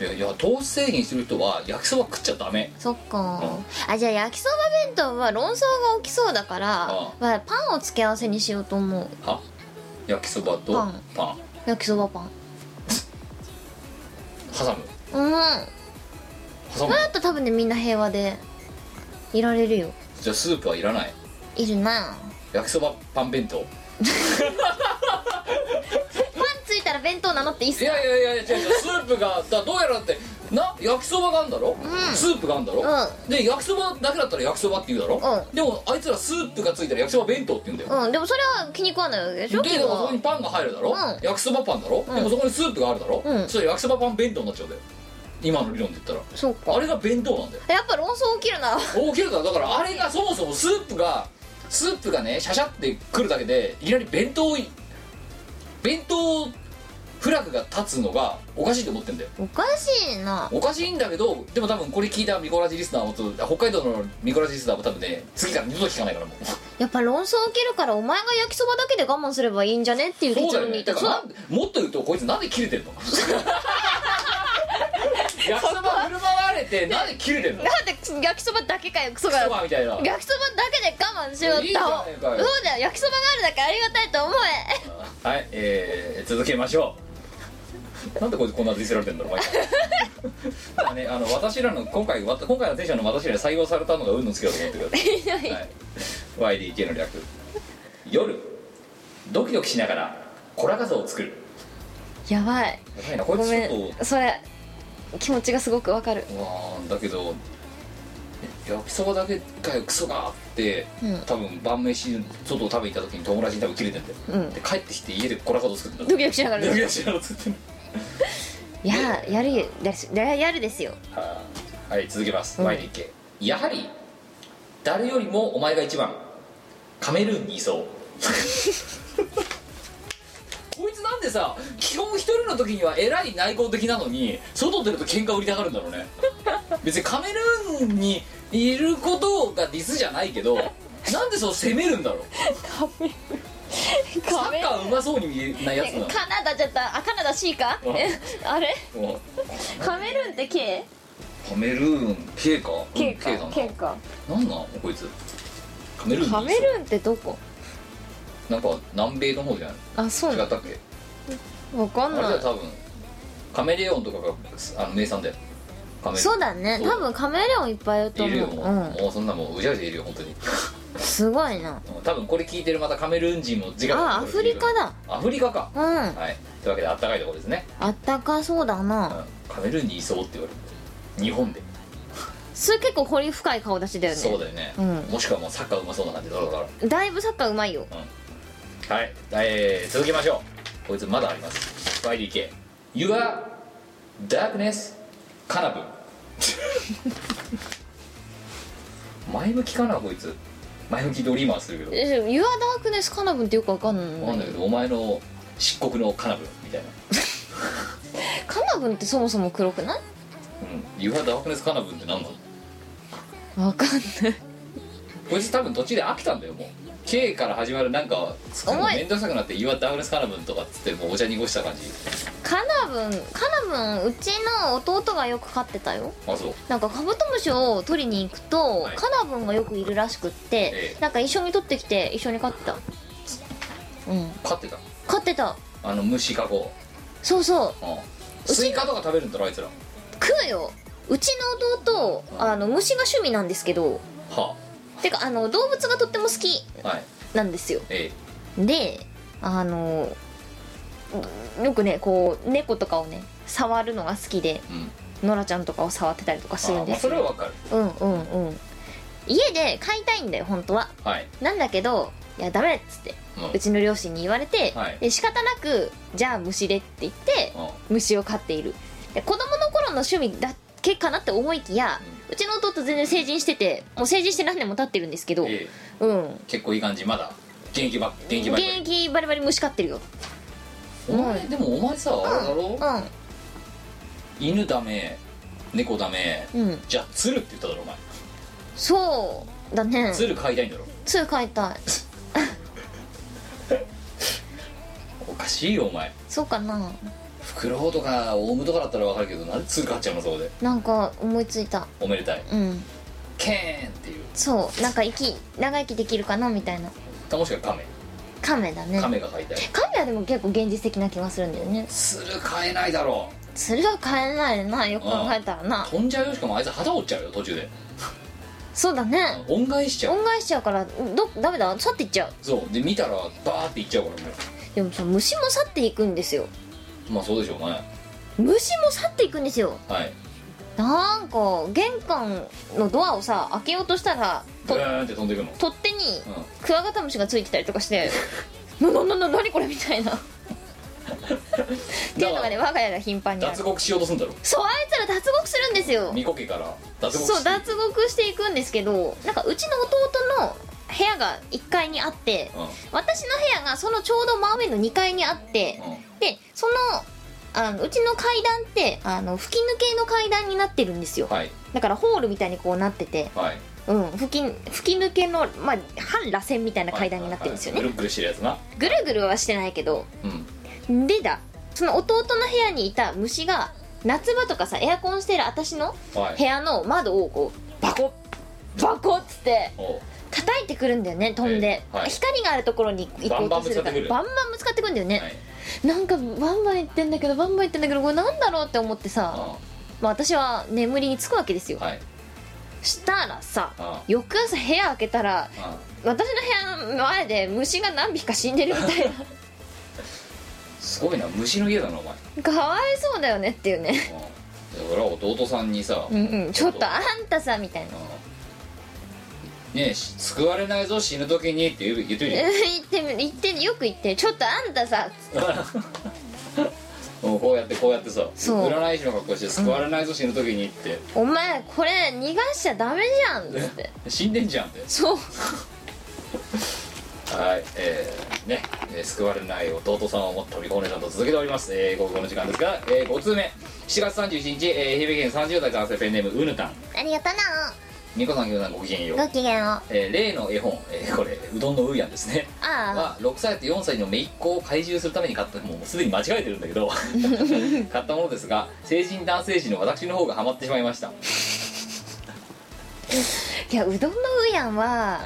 A: いやいや糖質制限する人は焼きそば食っちゃダメ
C: そっか
A: うん
C: あじゃあ焼きそば弁当は論争が起きそうだから
A: うん
C: まあパンを付け合わせにしようと思う
A: は焼きそばと
C: パ
A: パ
C: ン
A: ン
C: 焼きそばパン
A: 挟む
C: うんこ
A: 挟む
C: れだと多分ねみんな平和でいられるよ
A: じゃあスープはいらない
C: いるな
A: 焼きそばパン弁当
C: パンついたら弁当なのっていいっ
A: い
C: すか
A: やいやいやいや違う違うスープがだどうやらだってな焼きそばがあるんだろ、スープがあるんだろ、で焼きそばだけだったら焼きそばって言うだろ、
C: う
A: でもあいつらスープがついたら焼きそば弁当って言うんだよ、
C: うんでもそれは気に食わないわけでしょ
A: ででもそこにパンが入るだろ、
C: ん
A: 焼きそばパンだろ、でもそこにスープがあるだろ、
C: うん
A: それ焼きそばパン弁当になっちゃうんだよ今の理論で言っ
C: そう
A: たらあ
C: か
A: れが弁当なんだよ
C: やっぱ論争起きるな
A: 大きいからだからあれがそもそもスープがスープがねシャシャってくるだけでいきなり弁当い弁当フラグが立つのがおかしいと思ってんだよ
C: おかしいな
A: おかしいんだけどでも多分これ聞いたミコラジリスナーもと北海道のミコラジリスナーも多分ね次から二度と 聞かないからもう
C: やっぱ論争起きるからお前が焼きそばだけで我慢すればいいんじゃねっていう
A: そう
C: 結
A: だよ
C: 論に
A: ね
C: 至
A: だ
C: った
A: からなんでもっと言うとこいつなんで切れてん の焼きそば振る舞われて なんで切れてんの
C: なんで焼きそばだけかよクソ
A: ク
C: が
A: ソバみたいな
C: 焼きそばだけで我慢しよう
A: いいじゃ
C: と
A: ねえ
C: そ
A: か
C: う
A: よ
C: だよ焼きそばがあるだけありがたいと思え
A: はい、えー、続けましょう。なんでこいつこんなディスられてんだろう、毎回。 まあね、あの、私らの、今回、わた今回のテンションの私らに採用されたのが運のつけだと思ってくだ さい。はい。YDK の略。夜、ドキドキしながら、コラ画像を作る。
C: やばい
A: やばいな、こい
C: ご
A: つ
C: め
A: ちょっ
C: んそれ気持ちがすごくわかる
A: と、うわーだけど、え焼きそばだけかよ、クソがあって、
C: うん
A: 多分晩飯、外を食べに行った時に友達に多分切れてんだよ。
C: うん
A: で、帰ってきて家でコラ画像作ってんだよ。
C: ドキドキしながら
A: ドキ
C: い
A: ドキしながら作ってんだよ
C: ややるですややるですよ
A: はいはい続けます前に行け、やはり誰よりもお前が一番カメルーンにい そうこいつなんでさ基本一人の時にはえらい内向的なのに外出ると喧嘩売りたがるんだろうね別にカメルーンにいることがディスじゃないけどなんでそう攻めるんだろうサ
C: カ
A: ッ
C: メ
A: カーうまそうに見えないやつなの
C: カナダじゃったあカナダ C か
A: うん
C: えあれ
A: うん
C: カメルーンって K?
A: カメルーン K か
C: K
A: うん K な
C: か
A: んだ
C: K か
A: なんなんこいつカメルーンにいそ
C: カ
A: う
C: メルーンってどこ
A: なんか南米の方じゃない
C: あそう
A: 違
C: な
A: ったっけ、
C: のわかん
A: あれ
C: な
A: だよ
C: い
A: 多分カメレオンとかがあの名産だよカメレオン
C: そうだね多分カメレオンいっぱいいると
A: いるよ
C: 思う
A: もう,、
C: う
A: もうそんなもううじゃうじゃいるよ本当に
C: んすごいな
A: 多分これ聞いてるまたカメルーン人も自
C: あアフリカだ
A: アフリカか、
C: うん
A: はいというわけであったかいところですね、
C: あったかそうだ
A: う、
C: なん
A: カメルーンにいそうって言われる日本で、
C: それ結構彫り深い顔出しだよね
A: そうだよね、
C: うん
A: もしくはもうサッカーうまそうな感じだろうから
C: だいぶサッカーうまいよ
A: はい、えー続きましょうこいつまだあります YDK You are darkness カナブ ン前向きかなこいつ前向きドリーマーするけど
C: え「ユアダークネスカナブン」ってよくわかんな
A: ないんだけどお前の漆黒のカナブンみたいな
C: カナブンってそもそも黒くない
A: うん You are darkness カナブンって何なの
C: わかんない
A: こいつ多分途中で飽きたんだよもう K から始まるなんか作るの
C: 重い
A: めんどくさくなって You are darkness カナブンとかっつってもうお茶濁した感じ
C: カナブンカナブンうちの弟がよく飼ってたよ
A: あそう
C: なんかカブトムシを取りに行くと、
A: はい
C: カナブンがよくいるらしくって、
A: ええ
C: なんか一緒に取ってきて一緒に飼ってたうん
A: 飼ってた
C: 飼ってた
A: あの虫かご
C: そうそう
A: うんスイカとか食べるんだろあいつらは
C: 食うようちの弟あの虫が趣味なんですけど
A: あ
C: てかあの動物がとっても好き
A: はい
C: なんですよ
A: え
C: であのよくねこう猫とかをね触るのが好きで
A: えうん
C: ノラちゃんとかを触ってたりとかする
A: あ
C: ん
A: ま
C: で
A: あ
C: す
A: それ
C: よ
A: はわかる
C: うんうんうん家で飼いたいんだよ本当は
A: はい
C: なんだけどいやダメっつって
A: うん
C: うちの両親に言われて、
A: はい
C: で仕方なくじゃあ虫でって言って
A: うん
C: 虫を飼っているで子供の頃の趣味だけかなって思いきや、うちの弟全然成人しててもう成人して何年も経ってるんですけど、
A: ええ
C: うん
A: 結構いい感じまだ元気ば元気
C: 現
A: ばっかり
C: 役バリバリ虫飼ってるよ
A: お前でもお前さあれだろ、
C: う
A: 犬ダメ猫ダメ
C: んうん
A: じゃあ鶴って言っただろお前
C: そうだね
A: 鶴飼いたいんだろ
C: つ飼いたい
A: おかしいよお前
C: そうかな
A: フクロウとかオウムとかだったらわかるけどなんで鶴飼っちゃうのそこで
C: なんか思いついた
A: おめでたい
C: うん
A: ケーンっていう
C: そうなんか生き長生きできるかなみたいな
A: もしくはカメ
C: カメだね
A: カメが飼いたい
C: カメはでも結構現実的な気がするんだよね
A: 鶴飼えないだろ
C: それは買えないなよく考えたらな
A: 飛んじゃうよしかもあいつ旗折っちゃうよ途中で
C: そうだね
A: 恩返しちゃう
C: 恩返しちゃうからどダメだ去っていっちゃう
A: そうで見たらバーっていっちゃうからも
C: でもさ虫も去っていくんですよ
A: うまあそうでしょうね
C: 虫も去っていくんですよ
A: はい
C: なんか玄関のドアをさ開けようとしたら
A: ブ
C: と
A: ーンって飛んでいくの
C: 取っ手に
A: うん
C: クワガタムシがついてたりとかして 「なななな何これ」み たいなっていうのがね我が家では頻繁にあ
A: 脱
C: る
A: 獄しようとするんだろ
C: そうあいつら脱獄するんですよ
A: 巫女家から脱獄
C: そう
A: して
C: 脱獄していくんですけどなんかうちの弟の部屋が1階にあって
A: うん
C: 私の部屋がそのちょうど真上の2階にあって
A: うん
C: でそのあのうちの階段ってあの吹き抜けの階段になってるんですよ
A: はい
C: だからホールみたいにこうなってて、
A: はい
C: うん、吹き吹き抜けの、まあ、半螺旋みたいな階段になってるんですよね
A: はいはいぐるっぐるしてるやつな
C: ぐるぐるはしてないけど
A: うん
C: でだその弟の部屋にいた虫が夏場とかさエアコンしてる私の
A: はい
C: 部屋の窓をこうバコッバコッつって
A: おう
C: 叩いてくるんだよね飛んで、
A: ええはい
C: 光があるところに行こうとするから
A: バ
C: バンバンぶつかってくるんだよね、
A: はい
C: なんかバンバン言ってんだけどバンバン言ってんだけどこれなんだろうって思ってさ、
A: あ
C: まあ、私は眠りにつくわけですよ、
A: あはい
C: したらさ
A: ああ
C: 翌朝部屋開けたら
A: あ
C: 私の部屋の前で虫が何匹か死んでるみたいな
A: あすごいな虫の家だなお前
C: かわいそうだよねっていうね
A: うんで俺は弟さんにさ、
C: うんうんちょっと
A: あ
C: あんたさみたいな
A: ねえし救われないぞ死ぬ時にって言う言ってるじゃん
C: 言ってみ言ってよく言ってちょっとあんたさ
A: うんこうやってこうやってさ
C: そう
A: 占い師の格好して救われないぞ死ぬ時にって、
C: お前これ逃がしちゃダメじゃんっつって
A: 死んでんじゃんって
C: そう
A: はいえー、ね、えー救われない弟さんをもっとりこお姉さんと続けておりますえー、午後の時間ですが、えー、5通目7月31日、えー、愛媛県30代男性ペンネームうぬたん
B: ありがと
A: みこさんぎょうさんごきげんよう
B: なごきげんを
A: えー例の絵本、えーこれうどんのうーやんですね
C: あ
A: は6歳と4歳の姪っ子を怪獣するために買ったもうすでに間違えてるんだけど買ったものですが成人男性誌の私の方がハマってしまいました、はい
C: いやうどんのうやんは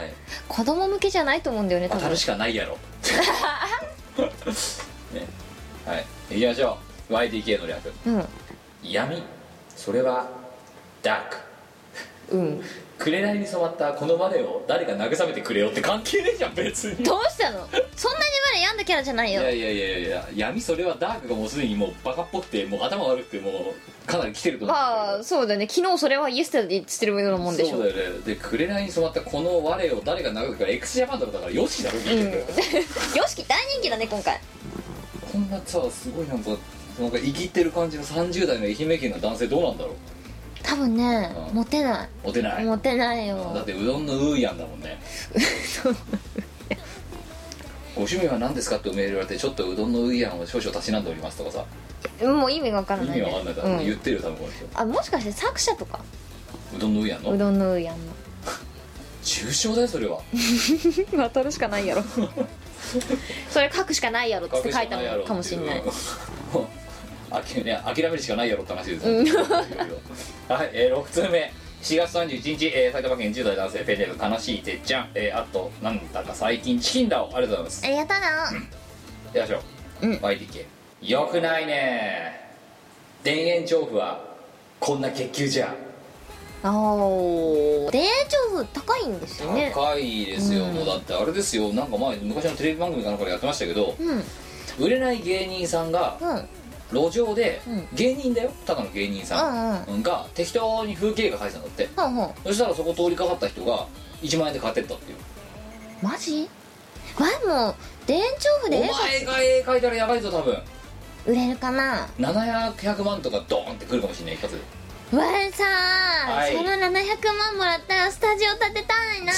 C: 子供向けじゃないと思うんだよね多
A: 当た
C: 分
A: るしかないやろ ねはい行きましょう YDK の略
C: うん
A: 闇それはダーク
C: うん
A: 紅に染まったこのバネを誰か慰めてくれよって関係ねえじゃん別に
C: どうしたのそんなにまで病んだキャラじゃない
A: い
C: よ
A: やいやいやいや闇それはダークがもうすでにもうバカっぽくてもう頭悪くてもうかなり来てると思うん
C: ま
A: だ
C: あそうだね昨日それはイエステで言ってるようなもん
A: けど
C: でしょ
A: そうだよねで紅に染まったこの我を誰が殴るか x ジャパンだろだからよしだろ結局、
C: よしき大人気だね今回
A: こんなさすごいなんかなんか生きてる感じの30代の愛媛県の男性どうなんだろう
C: 多分ね
A: うん
C: モテな
A: モテないい
C: モテない
A: だっ
C: よ
A: てうどんのうーやんだもん ねご趣味は何ですかってメール言われてちょっとうどんのうーやんを少々たしなんでおりますとかさ
C: もう意味がわから
A: 意
C: ない
A: 味
C: ね
A: わかんないから
C: うん
A: 言ってるよ多分この人
C: あもしかして作者とか
A: うどんのうーやん
C: う
A: の
C: どんのうやん の
A: 重症だよそれは
C: 渡るしかないやろ それ書くしかないやろっつって書いたのかもしれない
A: あきね諦めるしかないやろって話ですよね はい、えー、6通目4月31日、えー埼玉県10代男性ペンネーム悲しいてっちゃん、えーあとなんだか最近チキンだをありがとうございます
B: ありがと
A: よいしょ、
C: うん
A: YDK よくないね田園調布はこんな月給じゃ
C: ああ電調布高いんですよね
A: 高いですよ、
C: うん
A: もうだってあれですよなんか前昔のテレビ番組かなんかでやってましたけど
C: うんうん
A: 売れない芸人さんが
C: うん
A: 路上で、
C: うん
A: 芸人だよただの芸人さん、
C: うん
A: が適当に風景が描いてたんだって
C: ほんほん
A: そしたらそこ通りかかった人が1万円で買ってったっていう
C: マジわいも電調布
A: お
C: で絵
A: 前
C: 描
A: が絵描いたらやばいぞ多分
C: 売れるかな
A: 700万とかドーンってくるかもしれない一発で
C: わいさー、
A: はい
C: その700万もらったらスタジオ建てたいな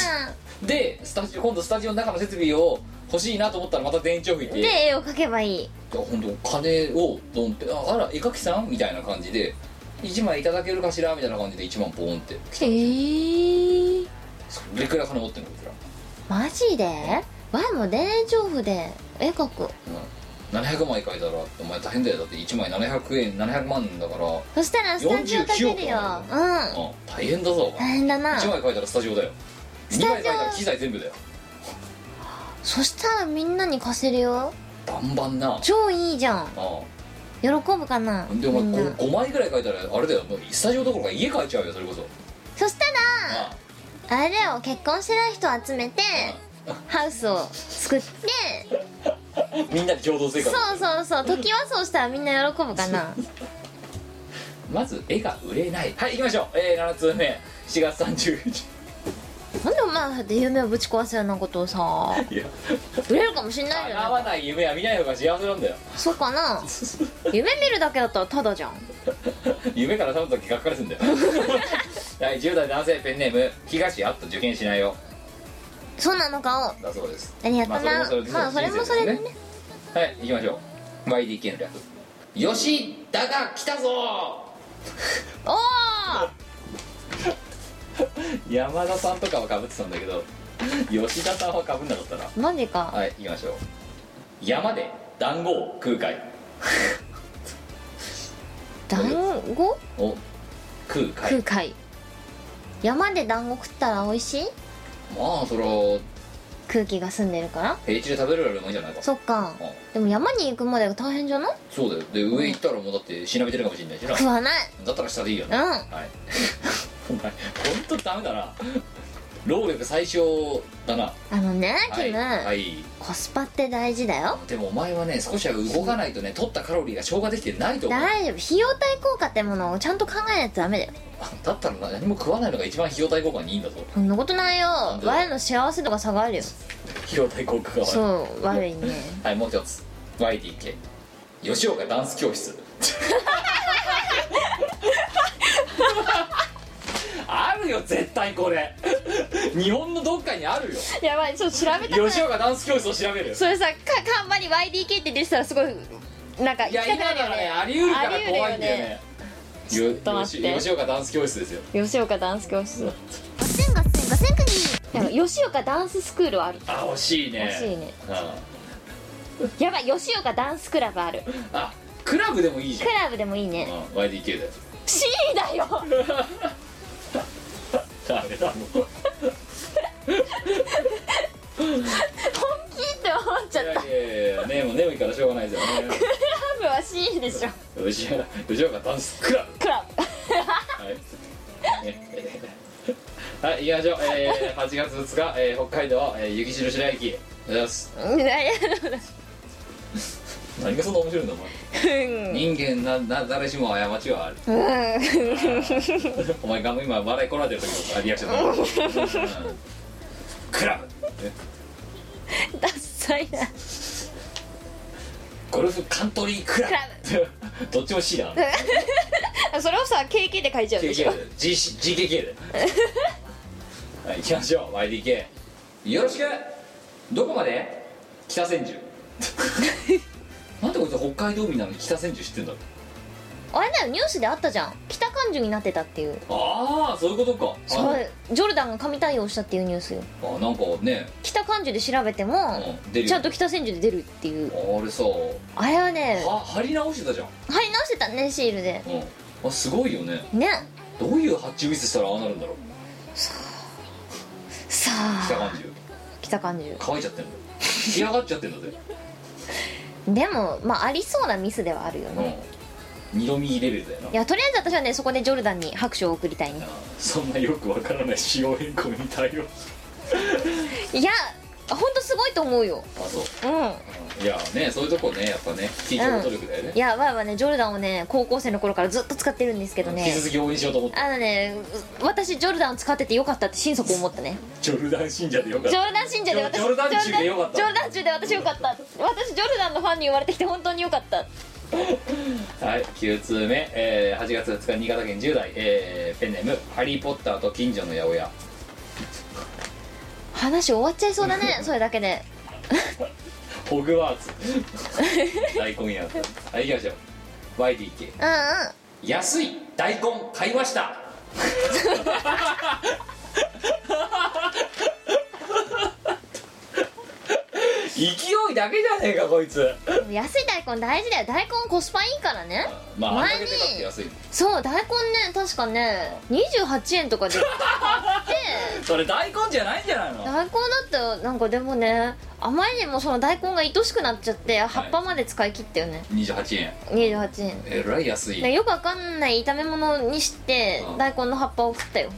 A: でスタジオ今度スタジオの中の設備を欲しいなと思ったらまた電池を吹いていや
C: で絵を描けばいい
A: 本当お金をドンってああら絵描きさんみたいな感じで1枚いただけるかしらみたいな感じで1万ポーンって
C: えー、
A: それくらい金持ってるのこいつら
C: マジでわいも田園調布で絵描く
A: うん700枚描いたらお前大変だよだって1枚700円700万だから、うん、
C: そしたらスタジオ建てるよ
A: 49億
C: うん
A: 大変だぞお
C: 大
A: 前
C: 変だな
A: 1枚描いたらスタジオだよ
C: ス
A: 2
C: タジオ
A: 枚描いたら機材全部だよ
C: そしたらみんなに貸せるよ
A: バンバンなあ
C: 超いいじゃん
A: あ
C: 喜ぶかな
A: でお前
C: みんな
A: 5, 枚ぐらい描いたらあれだよもうスタジオどころか家描いちゃうよそれこそ
C: そしたら
A: ああ
C: あれだよ結婚してない人集めてハウスを作って
A: みんなで共同生活
C: そうそうそう時はそうしたらみんな喜ぶ かな
A: まず絵が売れないはい行きましょう、えー、7つ目7月30日
C: なんでお前だって夢をぶち壊すようなことをさ
A: いや
C: 売れるかもしんないじ
A: 叶
C: ゃな
A: わ
C: い
A: ない夢は見ない方が幸せなんだよ
C: そうかな夢見るだけだったらただじゃん
A: 夢から覚めた時がっかりす るんだよはい10代男性ペンネーム東あっと受験しないよ
C: そうなのかを
A: だそうです
C: ありがとうなまあそれもそれでね
A: 人生すねはい行きましょう YDK の略吉田が来たぞ
C: おお
A: 山田さんとかはかぶってたんだけど吉田さんはかぶんなかったな
C: マジか
A: はい行きましょう山で団子を食う会
C: 団子
A: を食う会
C: 空海山で団子食ったら美味しい
A: まあそれは
C: 空気が澄んでるから
A: 平地で食べるよりもいいんじゃないか
C: そっか
A: うん
C: でも山に行くまでが大変じゃない
A: そうだよで上行ったらもうだってしなびてるかもしれないしな
C: 食わない
A: だったら下でいいよ
C: う
A: ね、
C: ん
A: はい お前本当ダメだな労力最小だな
C: あのね
A: は
C: キ
A: い、
C: ム、
A: はい、
C: コスパって大事だよ
A: でもお前はね少しは動かないとね取ったカロリーが消化できてないと思う
C: 大丈夫費用対効果ってものをちゃんと考えないとダメだよ
A: だったら何も食わないのが一番費用対効果にいいんだぞ
C: そんなことないよ
A: んで
C: 我の幸せとか差があるよ
A: 費用対効果が悪い
C: そう悪いね
A: はいもう一つ YDK 吉岡ダンス教室あるよ絶対これ日本のどっかにあるよ
C: やばいちょっと調べ
A: 吉岡ダンス教室を調べるよ
C: それさか看板に YDK って出てたらすごいなんか
A: い
C: 行
A: や
C: きたく
A: 今
C: なる
A: な
C: よ
A: らね
C: ね
A: あり得るから怖いんだよねよ
C: っと待って
A: よし吉岡ダンス教室ですよ
C: 吉岡ダンス教室
B: ガセンガセンガセンクニー
C: なんか吉岡ダンススクールある
A: あ惜しいね
C: 惜しいね
A: うん
C: やばい吉岡ダンスクラブある
A: あクラブでもいいじ
C: クラブでもいい
A: ゃん、
C: ね
A: うん、YDK だよ
C: C だよ
A: ダメだもう
C: 本気って思っちゃ
A: いや
C: った
A: いやいやねもう眠いからしょうがないですよね
C: クラブは C でしょ
A: 吉岡吉岡ダンスクラブ
C: クラブ
A: はい、はい、行きましょう、えー、8月2日、えー北海道、えー雪城白雪おはようございます
C: うんいやいや
A: 何がそんな面白いんだお前人間なな誰しも過ちはある お前が今笑いこらえてる時のリアクシ ョンだ、うんクラブね
C: ダッサいな
A: ゴルフカントリークラブ どっちも C だな
C: あそれをさ KK で書いちゃうで
A: KK
C: し
A: で
C: ょ
A: GKK ではい行きましょう YDK よろしくどこまで北千住なんでこいつ北海道民なのに北千住知ってんだろう
C: あれだよニュースであったじゃん北関樹になってたっていう
A: ああそういうことか
C: それジョルダンが神対応したっていうニュースよ
A: ああなんかね
C: 北関樹で調べても
A: うん出るよ
C: ちゃんと北千住で出るっていう
A: あれさ
C: あれはね
A: は貼り直してたじゃん、
C: 貼り直してたねシールで
A: うん、あすごいよね
C: ね
A: どういう発注ミスしたらああなるんだろう
C: さ
A: 北
C: あ
A: 関住
C: 北関樹
A: 乾いちゃってるんだよ干上がっちゃってるんだぜ、
C: でもまあありそうなミスではあるよね
A: うん、二度見レベルだよない
C: やとりあえず私はねそこでジョルダンに拍手を送りたいね
A: そんなよくわからない仕様変更に対応
C: いやあ本当すごいと思うよ
A: あそう
C: うん
A: うんいやねそういうとこねやっぱね地域の努力だよね
C: い、やわいはねジョルダンをね高校生の頃からずっと使ってるんですけど
A: 引
C: ね
A: き続き応援しようと思って
C: あのねう私ジョルダンを使っててよかったって心底思ったね
A: ジョルダン信者でよかっ
C: ジ
A: た
C: ョルダン信者で私
A: ジョルダン中でよかった
C: ジョルダン中で私よかった私ジョルダンのファンに言われてきて本当によかった
A: はい9通目、えー8月2日新潟県10代、えーペンネーム「ハリー・ポッターと近所の八百屋
C: 話終わっちゃいそうだねそれだけで」
A: ホグワー ツ大根屋はい行きましょう YDK
C: うんうん
A: 安い大根買いま した 勢いだけじゃねえかこいつ
C: でも安い大根大事だよ大根コスパいいからね
A: まああんだ
C: 前
A: け
C: に
A: でかくて安い
C: そう大根ね確かね28円とかで
A: それ大根じゃないんじゃないの
C: 大根だってなんかでもねあまりにもその大根が愛しくなっちゃって葉っぱまで使い切ったよね、
A: 28円
C: 28円
A: えらい安い
C: ねよくわかんない炒め物にして
A: うん
C: 大根の葉っぱを食ったよ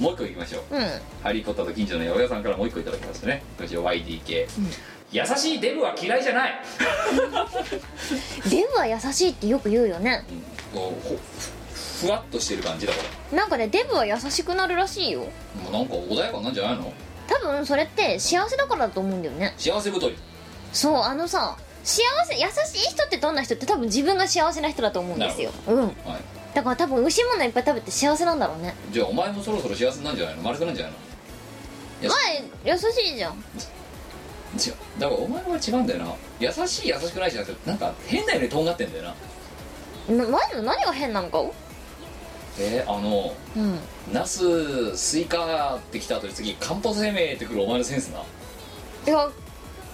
A: もう一個いきましょう
C: うん
A: 「ハリー・ポッターと近所の八百屋さん」からもう一個いただきましたねこちら YDK、優しいデブは嫌いじゃない、
C: デブは優しいってよく言うよね
A: うんこうほふふわっとしてる感じだか
C: なんかねデブは優しくなるらしいよ
A: らもうなんか穏やかなんじゃないの
C: 多分それって幸せだからだと思うんだよね
A: 幸せ太り
C: そうあのさ幸せ優しい人ってどんな人って多分自分が幸せな人だと思うんですようん
A: はい
C: だから多分美味しいものいっぱい食べて幸せなんだろうね
A: じゃあお前もそろそろ幸せなんじゃないの丸くなんじゃないの
C: 前優しいじゃん
A: 違うだからお前は違うんだよな優しい優しくないじゃなくてなんか変なようにとんがってんだよな
C: な前の何が変なのか
A: えー、あの
C: うん
A: ナススイカってきた後に次漢方生命ってくるお前のセンスない
C: や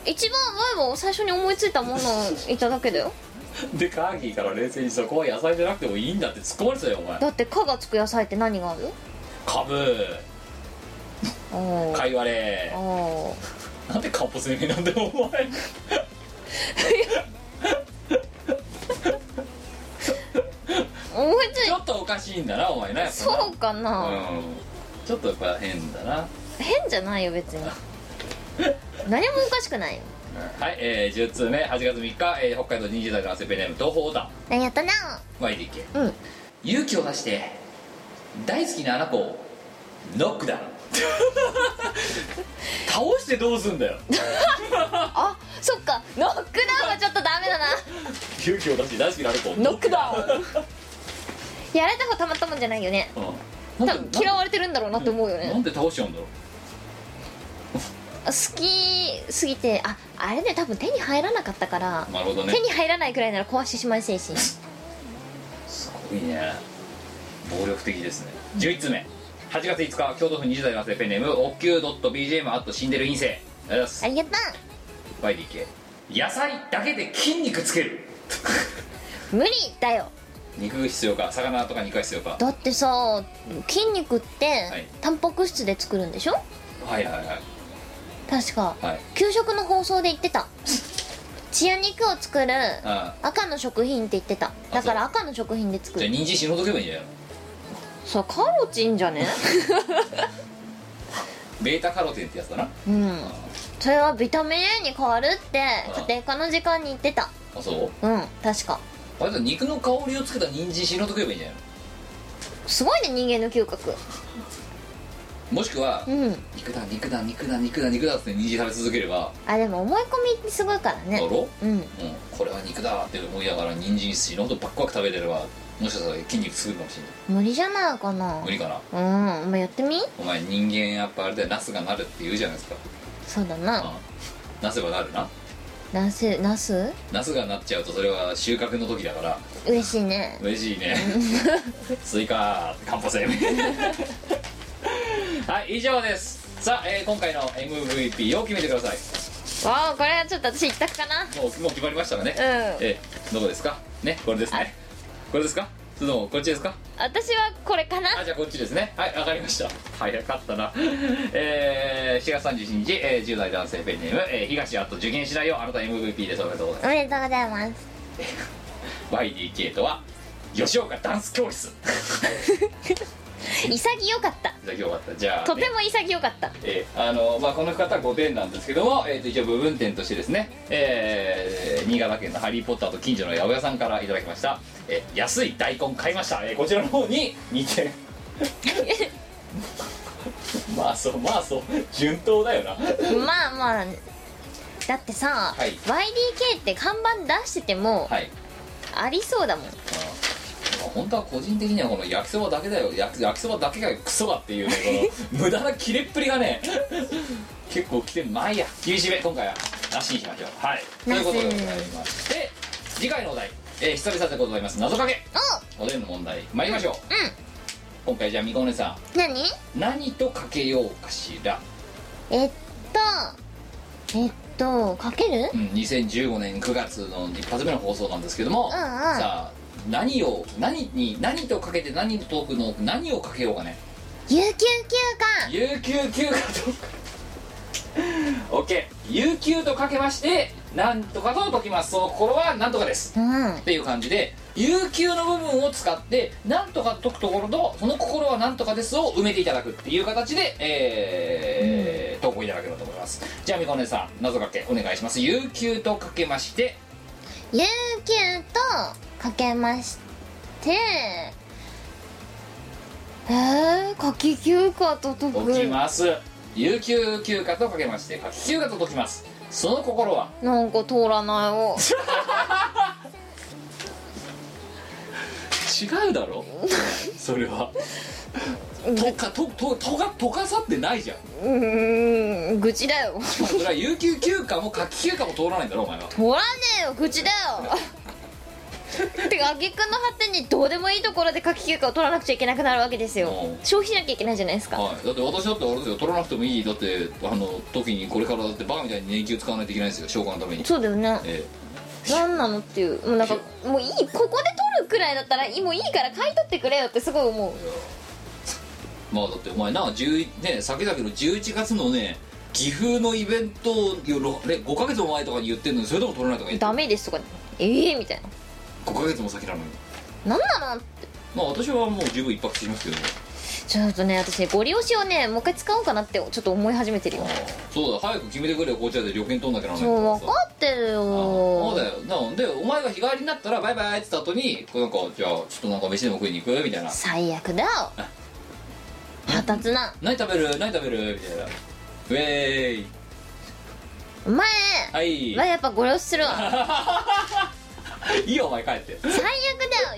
C: 一番前は最初に思いついたものをいただけだ よ
A: でカーギーから冷静にそこは野菜じゃなくてもいいんだって突っ込まれてたよお前
C: だって「か」がつく野菜って何がある
A: カブ
C: おー
A: 貝割れ
C: おー
A: なんで漢方生命なんだよお前
C: 思いつ
A: ち
C: い
A: ょっとおかしいんだなお前なやっぱな
C: そうかな、
A: うんちょっとやっぱ変だな
C: 変じゃない よ別に何もおかしくないよ
A: はい、えー、10通目8月3日、えー北海道20代の汗ペンネーム東方オタ
B: ありがとうな
A: YDK
C: うん
A: 勇気を出して大好きなあの子をノックダウン 倒してどうすん だよ
C: あそっかノックダウンはちょっとダメだな
A: 勇気を出して大好きなあの子を
C: ノックダウンやられた方たまったもんじゃないよね
A: うんな
C: 多
A: ん
C: 分
A: で
C: 嫌われてるんだろうなって思うよ
A: な
C: ね
A: んで倒しちゃうんだろう
C: 好きすぎてああれね多分手に入らなかったから
A: なるほどね
C: 手に入らないくらいなら壊してしまい精 神
A: すごいね暴力的ですね11つ目8月5日京都府20代の汗ペンネームおっきゅう .bgm あと死んでる陰性ありがとうござ
B: あ
A: い
B: りがとう
A: ます YDK 野菜だけで筋肉つける
C: 無理だよ
A: 肉必要か魚とか肉が必要か
C: だってさ筋肉って、
A: はい
C: タンパク質で作るんでしょ
A: はいはいはい
C: 確か
A: はい
C: 給食の放送で言ってた血や肉を作る
A: あ
C: 赤の食品って言ってただから赤の食品で
A: あ
C: 作
A: じゃあ
C: る
A: 人参死ぬほど食えばいいんじゃないの
C: そうカロチンじゃね
A: ベータカロテンってやつだな
C: うんそれはビタミン A に変わるって
A: うん
C: 家庭科の時間に言ってた
A: あそう
C: うん確か
A: あれだ肉の香りをつけた人参死ぬほど食えばいいんじゃない
C: すごいね人間の嗅覚
A: のもしくは、
C: うん
A: 肉だ肉だ肉だ肉だ肉だって人参食べ続ければ、
C: あでも思い込みってすごいから
A: だ
C: ね
A: ろ
C: うん
A: うん、これは肉だって思いながら人参死ぬほどバックバック食べてればもしかしたら筋肉つくかもしれない
C: 無理じゃないかな
A: 無理かな
C: うんお前やってみ
A: お前人間やっぱあれだよナスがなるって言うじゃないですか
C: そうだ
A: う
C: なん
A: ナスはなるな
C: ナスナス
A: ナスがなっちゃうとそれは収穫の時だから
C: 嬉しいね
A: 嬉しい ねスイカカンパセはい以上ですさあ、えー今回の MVP を決めてください
C: わあこれはちょっと私一択かな
A: もうもう決まりましたらね、
C: うん
A: えーどこですかねこれですねこれですかそれともこっちですか
C: 私はこれかな
A: あじゃあこっちですねはいわかりました早かったな えー、4月31日、えー10代男性ペンネーム、えー東あと受験しないよあなた MVP ですおめでとうござい
B: おめでとうございます
A: ます YDK とは吉岡ダンス教室
C: 潔かった
A: じゃあ今日かったじゃあ
C: とても潔かった
A: えーあのまあ、この方5点なんですけども、えー、と一応部分点としてですね、えー新潟県の「ハリー・ポッター」と近所の八百屋さんからいただきました、えー安い大根買いました、えーこちらの方に2点 まあそうまあそう順当だよな
C: まあまあだってさ、
A: はい
C: YDK って看板出してても
A: はい
C: ありそうだもん、
A: まあ本当は個人的にはこの焼きそばだけだよ焼き焼きそばだけがクソだっていうねこの 無駄な切れっぷりがね 結構きてまあいいや厳しめ今回はなしにしましょうはいということでございまして次回のお題、えー、久々でございます謎かけおでんの問題参りましょう、今回じゃあみこお姉さ
B: 何
A: ん何とかけようかしら、
B: えっとえっとかける
A: うん、2015年9月の一発目の放送なんですけども、
B: うんうん
A: さあ何を何に何とかけて何とくの何をかけようかね
B: 有給休暇
A: 有給休暇と OK 有給とかけましてなんとかと解きますその心はなんとかです
B: うん
A: っていう感じで有給の部分を使ってなんとか解くところとその心はなんとかですを埋めていただくっていう形で、えー投稿いただければと思いますじゃあみこねさん謎かけお願いします有給とかけまして
B: 有給とかけましてえー、夏季休暇と解
A: 解き
B: く
A: ます有給休暇とかけまして夏季休暇と解きますその心は
C: なんか通らないを
A: 違うだろそれはとかとととがとかさってないじゃん、
C: うーん愚痴だよ
A: まあ、それは有給休暇も夏季休暇も通らないんだろお前は
C: 通らねえよ愚痴だよてかあげくんの果てにどうでもいいところで夏季休暇を取らなくちゃいけなくなるわけですよ
A: うん
C: 消費しなきゃいけないじゃないですか
A: はい、だって私だってあれですよ取らなくてもいいだってあの時にこれからだってバカみたいに年休使わないといけないんですよ消化のために
C: そうだよね
A: え
C: 何なのっていうもうなんかもういいここで取るくらいだったらもういいから買い取ってくれよってすごい思う
A: えまあだってお前な10ね先々の11月のね岐阜のイベントを5か月も前とかに言ってるのにそれでも取らないとか言って
C: ダメですとかええみたい
A: 5か月も先なのに
C: な何なの
A: まあ私はもう十分一泊してますけどね
C: ちょっとね私ねご利用しをねもう一回使おうかなってちょっと思い始めてるよ
A: そうだ早く決めてくれよ紅茶で旅券取んなきゃならない
C: そう分
A: さ
C: かってるよ
A: そうだよなんでお前が日帰りになったらバイバイって言った後にこうなんかじゃあちょっとなんか飯でも食いに行くみたいな
C: 最悪だよ発達な
A: 何食べる何食べるみたいなウェーイ
C: お前
A: はい、
C: はやっぱご利用しするわ
A: いいよお前帰って
C: 最悪だ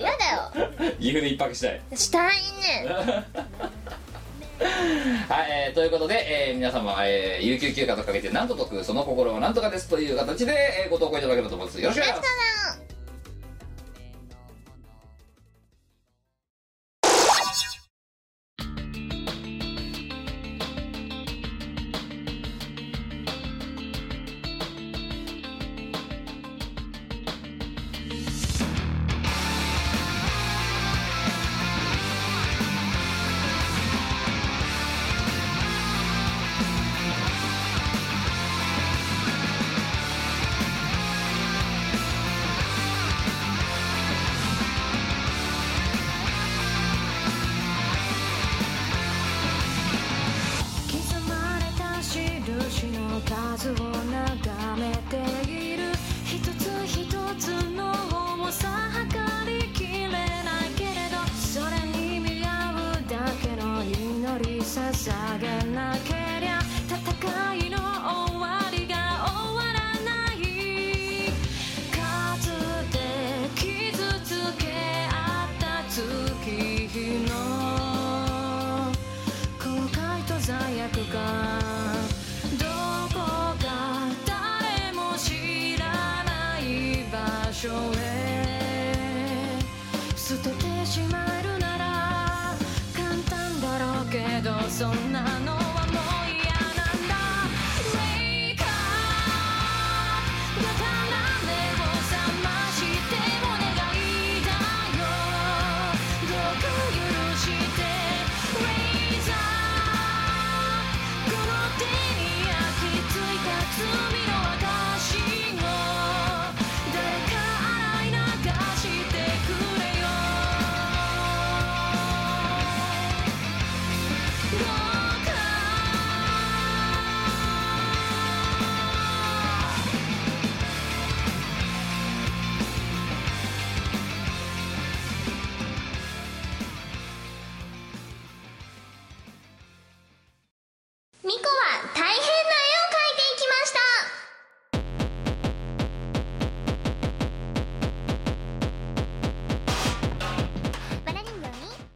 C: よやだよ
A: 岐阜で一泊したい
C: したいね
A: はい、えーということで、えー皆様、えー有給休暇とかけて何と解くその心は何とかですという形で、えーご投稿いただければと思いますよろしくお願いします
G: 刻まれた印の数を眺めている一つ一つの重さ測りきれないけれどそれに見合うだけの祈り捧げなけりゃ戦いの終わりが終わらない数で傷つけ合った月日の後悔と罪悪感どこか誰も知らない場所へ捨ててしまえるなら簡単だろうけどそんなのはもう嫌なんだ Wake up だから目を覚ましてお願いだよどうか許して Raise up この手に焼き付いた罪の証を誰か洗い流してくれよ
B: ん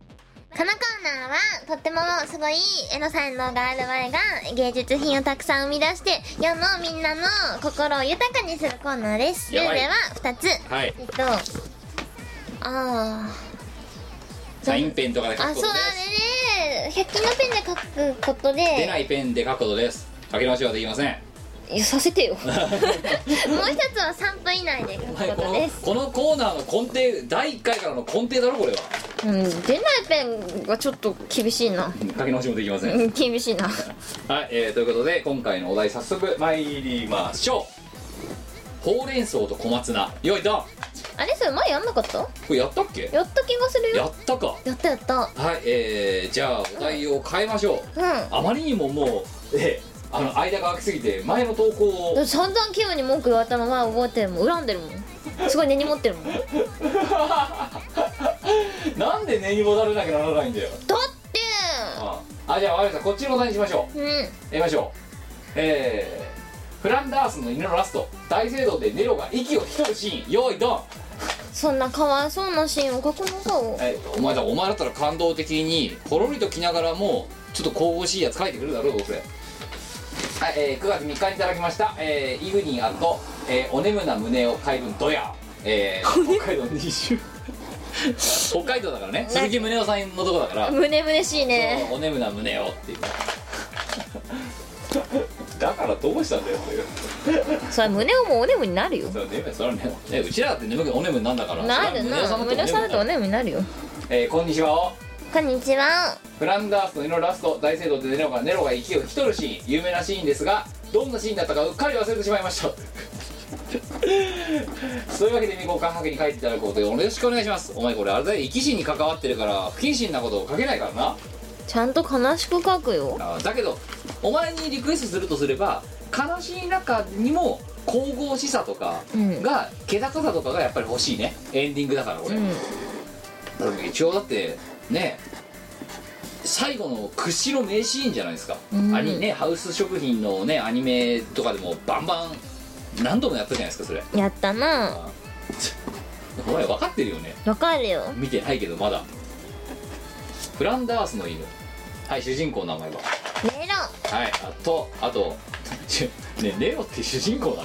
B: はとってもすごい絵の才能がある我が芸術品をたくさん生み出して世のみんなの心を豊かにするコーナーですル
A: や
B: ール
A: ば
B: はい2つ
A: はい
B: えっとあ
A: サインペンとかで
B: あ
A: 書く
B: あ
A: こ
B: そ
A: と
B: う
A: で
B: あれね100均のペンで書くことです
A: 出ないペンで書くことです書き直しはできません
C: いやさせてよ
B: もう一つは3分以内で書
A: お
B: く
A: 前
B: こ
A: ことの
B: です
A: このコーナーの根底第1回からの根底だろこれは
C: うん出ないペンはちょっと厳しいな
A: 書き直しもできません
C: うん厳しいな
A: はい、えー、ということで今回のお題早速参りましょうほうれん草と小松菜よいどんこ
C: あれそれ前やんなかった
A: れやったっけ
C: やった気がする
A: や
C: よ
A: ったか
C: やったやった
A: はいえー、じゃあお題を変えましょう、
C: う
A: あまりにももうえー、あの間が空きすぎて前の投稿を
C: ん散々キムに文句言われたのは覚えてるもん恨んでるもんすごい根に持ってるもんだっ
A: なんで根にもたれなきゃならないんだよ
C: て
A: ああじゃあ分かりましたこっちのお題にしましょう
C: うん
A: やりましょうえー、フランダースの犬のラスト大聖堂でネロが息を引き取るシーンよいどん
C: そんなかわいそうなシーンを描くのかを
A: えっとお前だお前だったら感動的にほろりときながらもちょっと神々しいやつ書いてくるだろうどうせはい、えー9月3日にいただきました、えーイグニーアット、えーおねむな胸を海分ドヤ、えー、北海道20北海道だからね鈴木宗男さんのとこだから
C: 胸胸しいね
A: おねむな胸をっていうだからどうしたんだよっていう
C: それ胸をもおねむになるよ
A: それはねそれはねねうちらだって眠くおねむなんだから
C: なる
A: それ
C: な
A: は
C: 胸さんだとお
A: おねむになる
C: ねむになる
A: え
C: よ
A: ーこんにちはを
B: こんにちは
A: フランダースの犬のラスト大聖堂でネロがネロが息を引き取るシーン有名なシーンですがどんなシーンだったかうっかり忘れてしまいましたそういうわけで未公開白に書いていただくことでよろしくお願いしますお前これあれだよ生き死に関わってるから不謹慎なことを書けないからな
C: ちゃんと悲しく描くよ
A: あーだけどお前にリクエストするとすれば悲しい中にも神々しさとか
C: うん
A: が、気高さとかがやっぱり欲しいねエンディングだからこ
C: う
A: れ、
C: ん
A: だって一応だってね最後の屈指の名シーンじゃないですか、
C: うん
A: アニねハウス食品のねアニメとかでもバンバン何度もやったじゃないですかそれ
C: やったな
A: お前分かってるよね
C: わかるよ
A: 見てないけどまだフランダースの犬はい主人公の名前は
B: メロ
A: はいあとあと ちゅねレオって主人公なの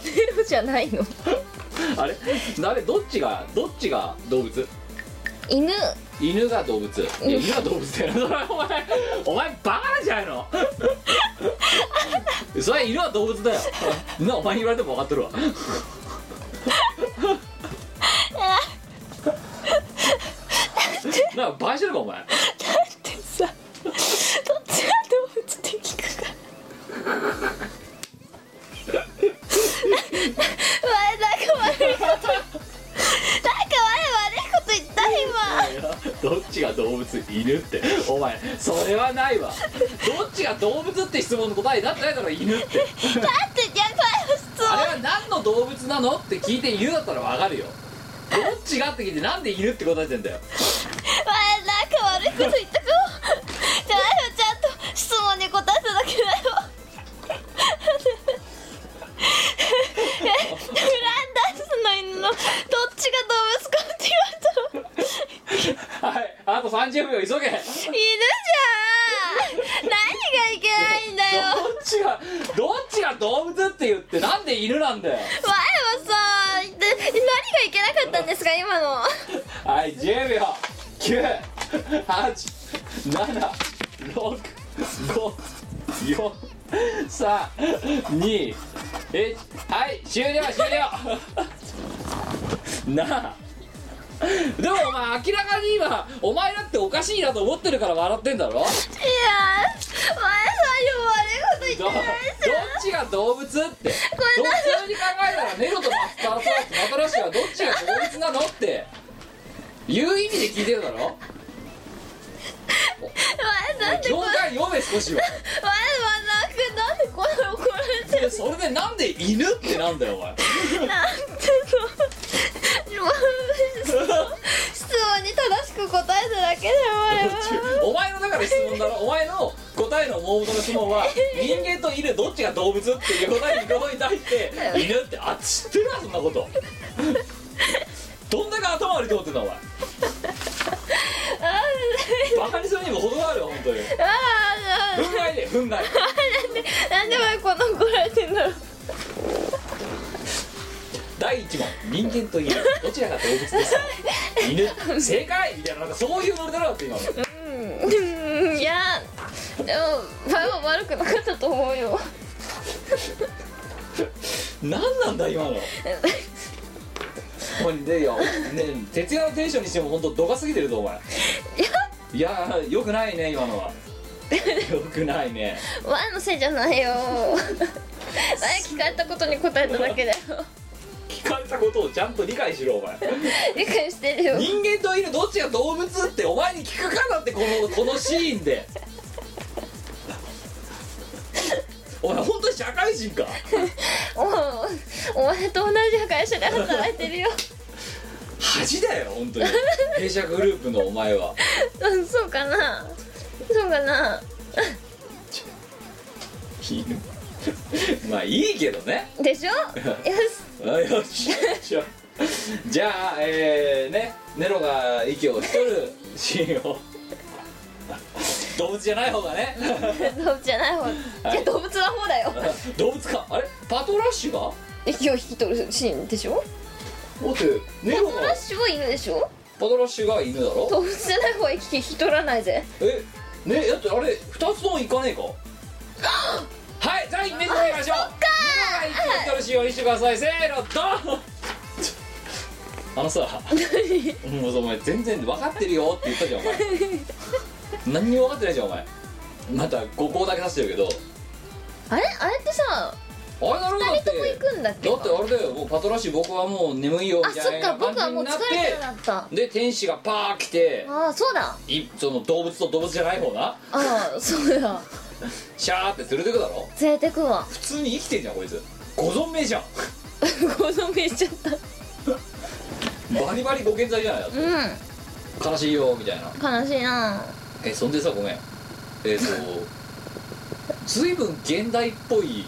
C: ゼロじゃないの
A: あれあれどっちがどっちが動物
C: 犬
A: 犬が動物いや犬が動物だよなそれお前お前バカなんじゃない のそれ犬は動物だよなお前に言われても分かってるわなんか倍してるかお前
C: どっちが動物的かが前なんか悪いことなんか前悪いこと言った今
A: どっちが動物犬ってお前それはないわどっちが動物って質問の答えだってないだろ犬って
C: だってやばい質
A: あれは何の動物なのって聞いて犬だったら分かるよどっちがって聞いてなんで犬って答えてんだよ
C: 前なんか悪いこと言ったかもじゃああやちゃんと質問に答えただけだよフランダースの犬のどっちが動物かって言われたら
A: はいあと30秒急げ
C: 犬じゃん何がいけないんだ
A: ど
C: よ
A: っちがどっちが動物って言ってなんで犬なんだよ
C: 前はさで何がいけなかったんですか今の
A: はい10秒987654321はい終了終了なあでもお前明らかに今お前だっておかしいなと思ってるから笑ってんだろ
C: いや前さんよ悪いこと言って
A: どどっちが動物ってどっちに考えたらネロとマスターサーとマトラッシュはどっちが動物なのっていう意味で聞いてるだろ
C: 前なんで
A: 業界読め少しは
C: 前はなんかなんでこんな怒られてる
A: いやそれでなんで犬ってなんだよお前
C: なんてのもう質問に正しく答えただけで前は
A: お前の中で質問だろお前の答えの大元の質問は人間と犬どっちが動物っていう答えに行くことに対して犬ってあ知ってるわそんなことどんだけ頭悪いと思ってんだお前
C: あ
B: バカにするにも程があるわ本当にふんないでふんない
C: なんでこの怒られてんだろう
B: 第1問人間と犬どちらが動物ですか犬正解みたいななんかそういうノリだろって今の
C: うんいやでも前は悪くなかったと思うよ
B: 何なんだ今のほんでよ、ね、徹夜のテンションにしても本当度が過ぎてるぞお前いやーよくないね今のはよくないね
C: 前のせいじゃないよ前聞かれたことに答えただけだよ
B: 聞かれたことをちゃんと理解しろお前
C: 理解してるよ
B: 人間と犬どっちが動物ってお前に聞くかなってこのこのシーンでお前本当に社会人か
C: おお前と同じ会社で働いてるよ
B: 恥だよ本当に弊社グループのお前は
C: うんそうかなそうかな
B: 犬まあいいけどね
C: でしょよし
B: あよしよしじゃあえー、ねネロが息を引き取るシーンを動物じゃない方がね
C: 動物じゃない方
B: はい
C: いや動物は方だよ
B: 動物かあれパトラッシュが
C: 息を引き取るシーンでしょ
B: だってネロ
C: フ
B: が
C: ラッシュは犬でしょ
B: パトラッシュが犬だろ
C: 動物じゃない方は息引き取らないぜ
B: えねだってあれ2つともいかね えかはいじゃあ目指しましょうみんなが生きてるしようにしてくださいせーのド ンあのさもうお前全然分かってるよって言ったじゃんお前 何にも分かってないじゃんお前また5校だけ出してるけど
C: あれあれってさ
B: あれだろだ
C: 二
B: っ
C: 人
B: て
C: とも行くんだっけ
B: だってあれだよもうパトラッシュ僕はもう眠いよ
C: あ
B: み
C: そ
B: た
C: っ
B: い
C: か
B: な感
C: 僕は
B: じ
C: もう
B: になっ
C: 疲れてなかった
B: てで天使がパー来て
C: ああそうだ
B: いその動物と動物じゃない方な
C: ああそうだ
B: シャーって連れてくだろ
C: 連れてくわ
B: 普通に生きてんじゃんこいつご存命じゃん
C: ご存命しちゃった
B: バリバリご健在じゃないだって
C: う
B: 悲しいよみたいなん
C: 悲しいな
B: えそんでさごめんえっ、と随分現代っぽい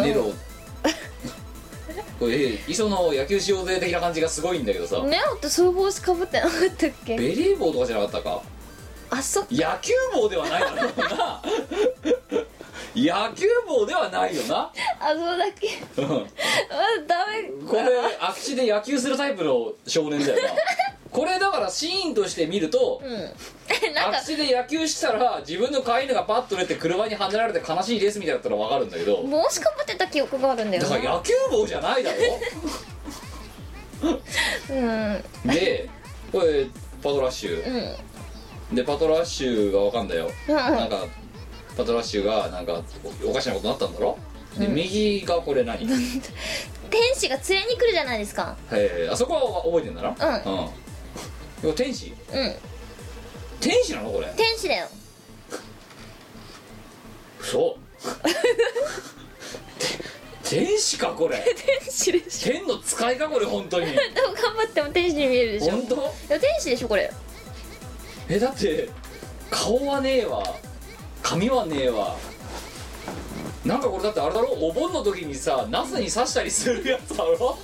B: ネロ これえ磯の野球使用税的な感じがすごいんだけどさ、
C: ネオってそういう帽子かぶってなかったっけ
B: ベレー帽とかじゃなかったか
C: あそっ
B: 野球帽ではないだ ろうな野球帽ではないよな、
C: あそうだっけ
B: うん
C: あダメ
B: これ空き地で野球するタイプの少年だよなこれだからシーンとして見ると、
C: うんなん
B: 空
C: か
B: き地で野球したら自分の飼い犬がパッと出て車にはねられて悲しいですみたいだったら分かるんだけど
C: 帽子かぶってた記憶があるんだよ
B: だから野球帽じゃないだろ
C: うん
B: でこれパトラッシュ
C: うん
B: でパトラッシュが分かんだよ
C: うん
B: なんかパトラッシュがなんかおおかしなことになったんだろで右がこれ何、
C: 天使が連れに来るじゃないですか
B: えーあそこは覚えてんだなうん、でも天使
C: うん
B: 天使なのこれ
C: 天使だよ
B: そう天使かこれ
C: 天使でし
B: 天の使いかこれ本当に
C: ょでも頑張っても天使に見えるでしょ
B: 本当
C: いや天使でしょこれ
B: えだって顔はねえわ髪はねえわなんかこれだってあれだろお盆の時にさナスに刺したりするやつだろ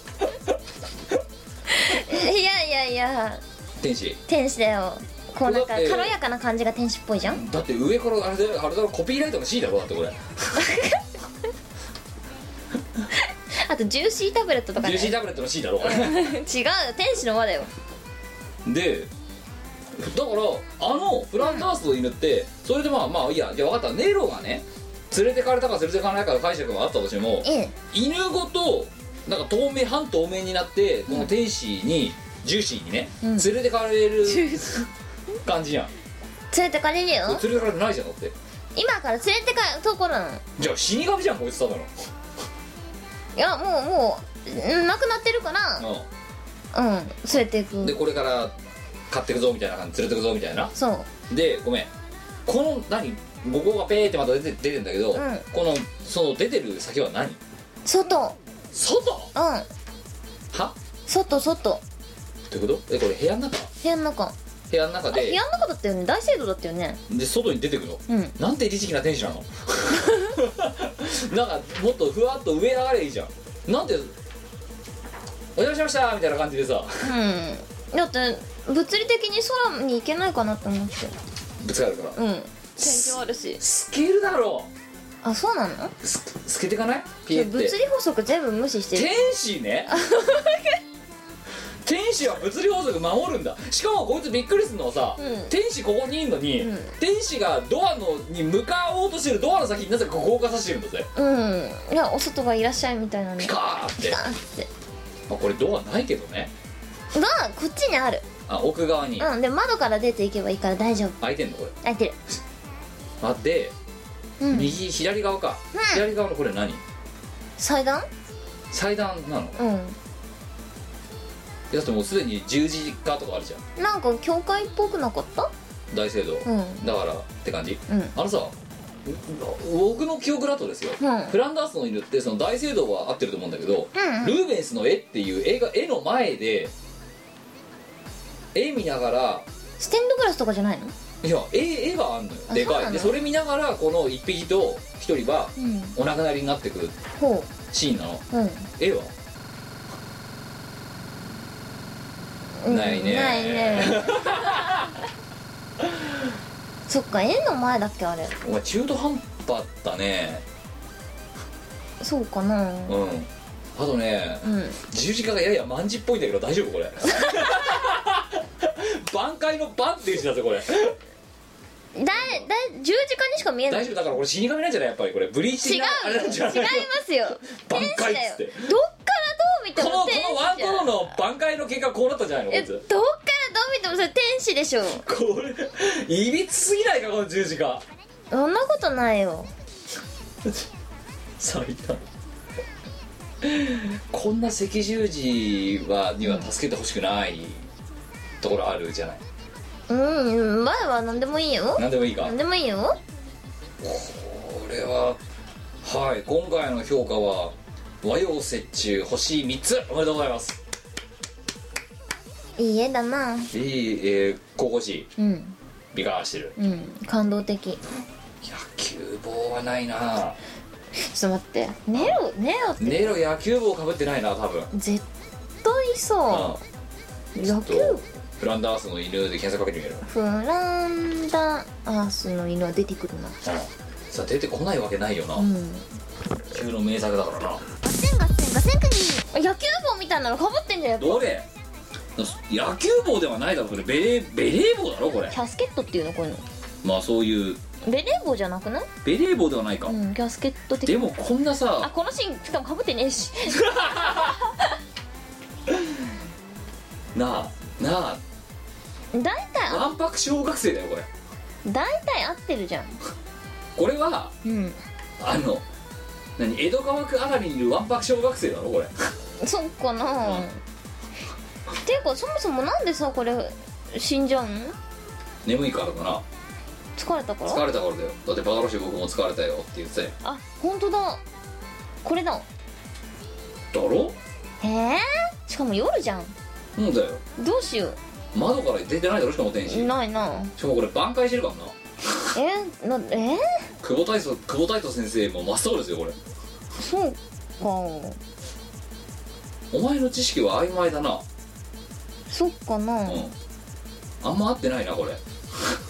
C: いやいやいや
B: 天使
C: 天使だよこうなんか
B: えー
C: 軽やかな感じが天使っぽいじゃん
B: だって上からあれだよあれだろコピーライトの C だろだってこれ
C: あとジューシータブレットとか
B: ジュ
C: ね
B: ーシータブレットの C だろこ れ
C: 違うよ天使の輪だよ
B: でだからあのフランダースの犬ってそれでまあまあいいやじゃあ分かったネロがね連れてかれたか連れてかないかの解釈があったとしても
C: ええ
B: 犬ごとなんか透明半透明になってこの天使に、ジューシーにね、連れてかれる感じやん
C: 連れてかれるよ
B: 連れてかれてないじゃんだって
C: 今から連れてかところなの
B: じゃあ死神じゃんこいつただの
C: いやもうもううんなくなってるから
B: う
C: うん連れてい
B: んで
C: く
B: これから買ってくぞみたいな感じ連れてくぞみたいな
C: そう
B: でごめんこの何五号がペーってまた出て出てんだけど、
C: ん
B: このその出てる先は何
C: 外
B: 外
C: うん
B: は
C: 外外
B: ってことえこれ部屋の中
C: 部屋の中
B: 部屋の中
C: あれ部
B: で
C: 屋の中だったよね大聖堂だったよね
B: で外に出てくの
C: うん
B: なんて理事な天使なの なんかもっとふわっと上へ上がれいいじゃんなんでお邪魔しましたみたいな感じでさ
C: うんだって物理的に空に行けないかなって思って
B: ぶつかるから
C: うん天井あるし
B: 透けるだろ
C: あそうなの
B: うす透けてかないピエっ
C: 物理
B: て
C: 法則全部無視してる
B: 天使ね天使は物理法則守るんだしかもこいつびっくりするのはさ、
C: うん
B: 天使ここにいんのに、
C: うん
B: 天使がドアのに向かおうとしてるドアの先になぜか豪華さしてるんだぜ
C: うんいやお外がいらっしゃいみたいなね
B: ピカーって、
C: ガンって
B: まあ、これドアないけどね
C: がこっちにある
B: あ奥側に
C: うんで窓から出ていけばいいから大丈夫
B: 開いてんのこれ
C: 開いてる
B: あで、
C: うん
B: 右左側か、
C: うん
B: 左側のこれ何
C: 祭壇
B: 祭壇なの
C: う
B: だってもうすでに十字架とかあるじゃん
C: んなんか教会っぽくなかった
B: 大聖堂、
C: うんうん
B: だからって感じ
C: うん
B: あのさ僕の記憶だとですよ、
C: うん
B: フランダースの犬ってその大聖堂は合ってると思うんだけど、
C: うん
B: ルーベンスの絵っていう絵が絵の前で絵見ながら
C: ステンドグラスとかじゃないの
B: いや絵絵があんのよ
C: あ
B: で
C: そう
B: か
C: ないの
B: でそれ見ながらこの1匹と1人は
C: うん
B: お亡くなりになってくる
C: ほ
B: シーンなの
C: ううん
B: 絵は
C: うん
B: ないね
C: ない ねそっか絵の前だっけあれ
B: お前中途半端だね
C: そうかなうん
B: うんあとね十字架がやや万字っぽいんだけど大丈夫これ 挽回の「挽」っていう字だぞこれ
C: だいだい十字架にしか見えない
B: 大
C: 違
B: 丈夫だからこれ死神なんじゃないやっぱりこれブリーチ
C: う
B: 的
C: よ
B: なあれなんじゃない
C: 違いますよ
B: 挽
C: 天使
B: 回っ
C: だ
B: つ
C: よ
B: って
C: どっからどう見て
B: この
C: も
B: こ
C: 天
B: のワ
C: 使
B: ン
C: じ
B: コ
C: ゃ
B: ロ
C: ん
B: の挽回の結果こうなったんじゃないのこ
C: え
B: い
C: どっ
B: つ
C: からどう見てもそれ天使でしょ
B: これいびつすぎないかこの十字架
C: そんなことないよ
B: 最短こんな赤十字はには助けてほしくないところあるじゃない
C: うん前は何でもいいよ
B: 何でもいいか
C: 何でもいいよ
B: これははい今回の評価は和洋折衷星3つおめでとうございます
C: いい絵だない
B: い、えー、神々しい
C: うん
B: 美化してる
C: うん感動的
B: 野球帽はないな
C: ちょっと待ってネロネロって
B: ネロ野球帽かぶってないな多分
C: 絶対
B: あ
C: さ
B: ちょ
C: 野
B: っ
C: 球
B: とフランダースの犬で検索かけてみる
C: フランダアースの犬は出てくるな
B: さあ出てこないわけないよな、
C: うん
B: 野球の名作だからな
C: 野球帽みたいなのかぶってんじゃんやっぱ
B: どれ野球帽ではないだろこれベレーベレー帽だろこれ
C: キャスケットっていうのこういうの
B: まあそういう
C: ベレー帽じゃなくない
B: ベレー帽ではないか、
C: うんキャスケット的
B: でもこんな
C: あ
B: さ
C: このシーンしかもかぶってねえ し
B: なあな
C: 大体
B: あわんぱく小学生だよこれ
C: 大体合ってるじゃん
B: これは
C: うん
B: あの何江戸川区あたりにいるわんぱく小学生だろこれ
C: そうかな、
B: うん
C: ていうかそもそもなんでさこれ死んじゃうの
B: 眠いからかな
C: 疲れたから
B: 疲れたからだよだってバカロシ僕も疲れたよって言ってたよ
C: あ本当だこれだ
B: だろ
C: へえしかも夜じゃん
B: うんだよ
C: どうしよ
B: 窓から出てないだろしかも天使
C: う
B: しか
C: ないな
B: もこれ挽回してるからな
C: えなえ
B: 久保大斗久保大斗先生も真っ青ですよこれ
C: そうか
B: お前の知識は曖昧だな
C: そっかな、
B: うんあんま合ってないなこれ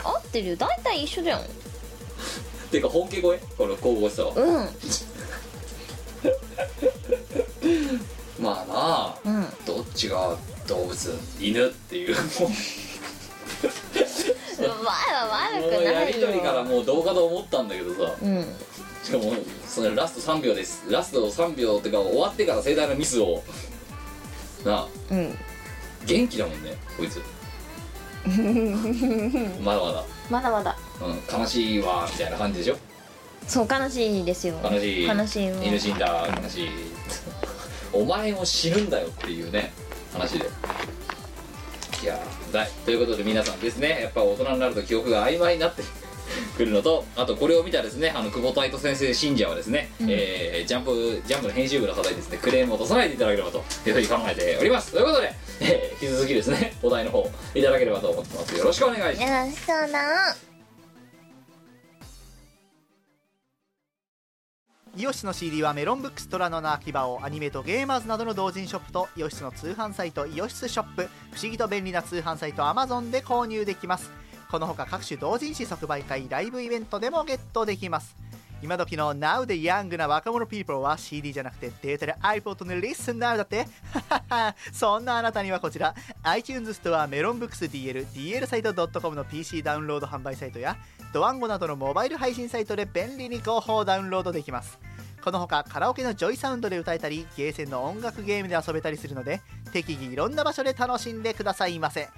C: 合ってるよ大体一緒じゃん
B: てか本気声この神々しさは
C: うん
B: まあなあ
C: うん
B: どっちが動物犬っていうもう
C: 前は悪
B: この
C: く
B: や
C: な
B: り
C: いよ
B: 取りからもう動画と思ったんだけどさ
C: うん
B: しかもそのラスト3秒ですラスト3秒ってか終わってから盛大なミスをなあ
C: うん
B: 元気だもんねこいつまだまだ、
C: まだまだ
B: うん、悲しいわみたいな感じでしょ
C: そう悲しいですよ
B: 悲しい
C: 悲しいわ
B: 犬死んだ悲しいお前も死ぬんだよっていうね話でいやーだいということで皆さんですねやっぱ大人になると記憶が曖昧になってくるのとあとこれを見たですねあの久保太斗先生信者はですね、えージャンプジャンプの編集部の方にですねクレームを出さないでいただければというふうに考えておりますということで、えー引き続きですねお題の方いただければと思ってますよろしくお願いします
H: よしそうな
I: イオシスの CD はメロンブックストラノの秋葉をアニメとゲーマーズなどの同人ショップとイオシスの通販サイトイオシスショップ不思議と便利な通販サイト Amazon で購入できますこのほか各種同人誌即売会ライブイベントでもゲットできます今時の Now でヤングな若者 people は CD じゃなくてデータで iPod の Listen Now だって そんなあなたにはこちら iTunes ストアメロンブックス DL DL サイト .com の PC ダウンロード販売サイトやドワンゴなどのモバイル配信サイトで便利に広報ダウンロードできますこのほかカラオケのジョイサウンドで歌えたりゲーセンの音楽ゲームで遊べたりするので適宜いろんな場所で楽しんでくださいませ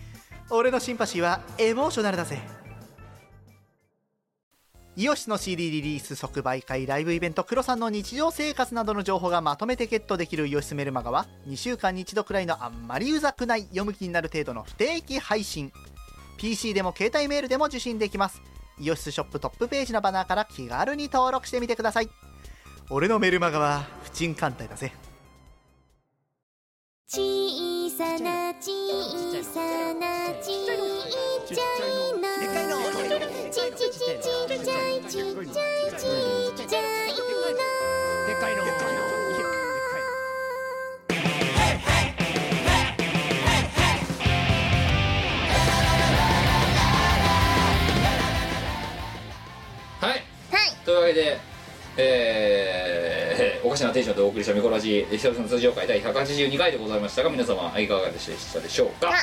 I: 俺のシンパシーはエモーショナルだぜイオシスの CD リリース即売会ライブイベントクロさんの日常生活などの情報がまとめてゲットできるイオシスメルマガは2週間に一度くらいのあんまりうざくない読む気になる程度の不定期配信 PC でも携帯メールでも受信できますイオシスショップトップページのバナーから気軽に登録してみてください俺のメルマガは不沈艦隊だぜ
B: 小さな小さなちっちゃいの
F: でかいの
B: ちっちちちっちゃいちっちゃいちっちゃい
F: でかいのでかいの
A: はい
B: はい
A: というわけでえーおかしなテンションでお送りしたミコラジ久々の通常回第182回でございましたが皆様いかがでしたでしょうかい
B: あ
A: や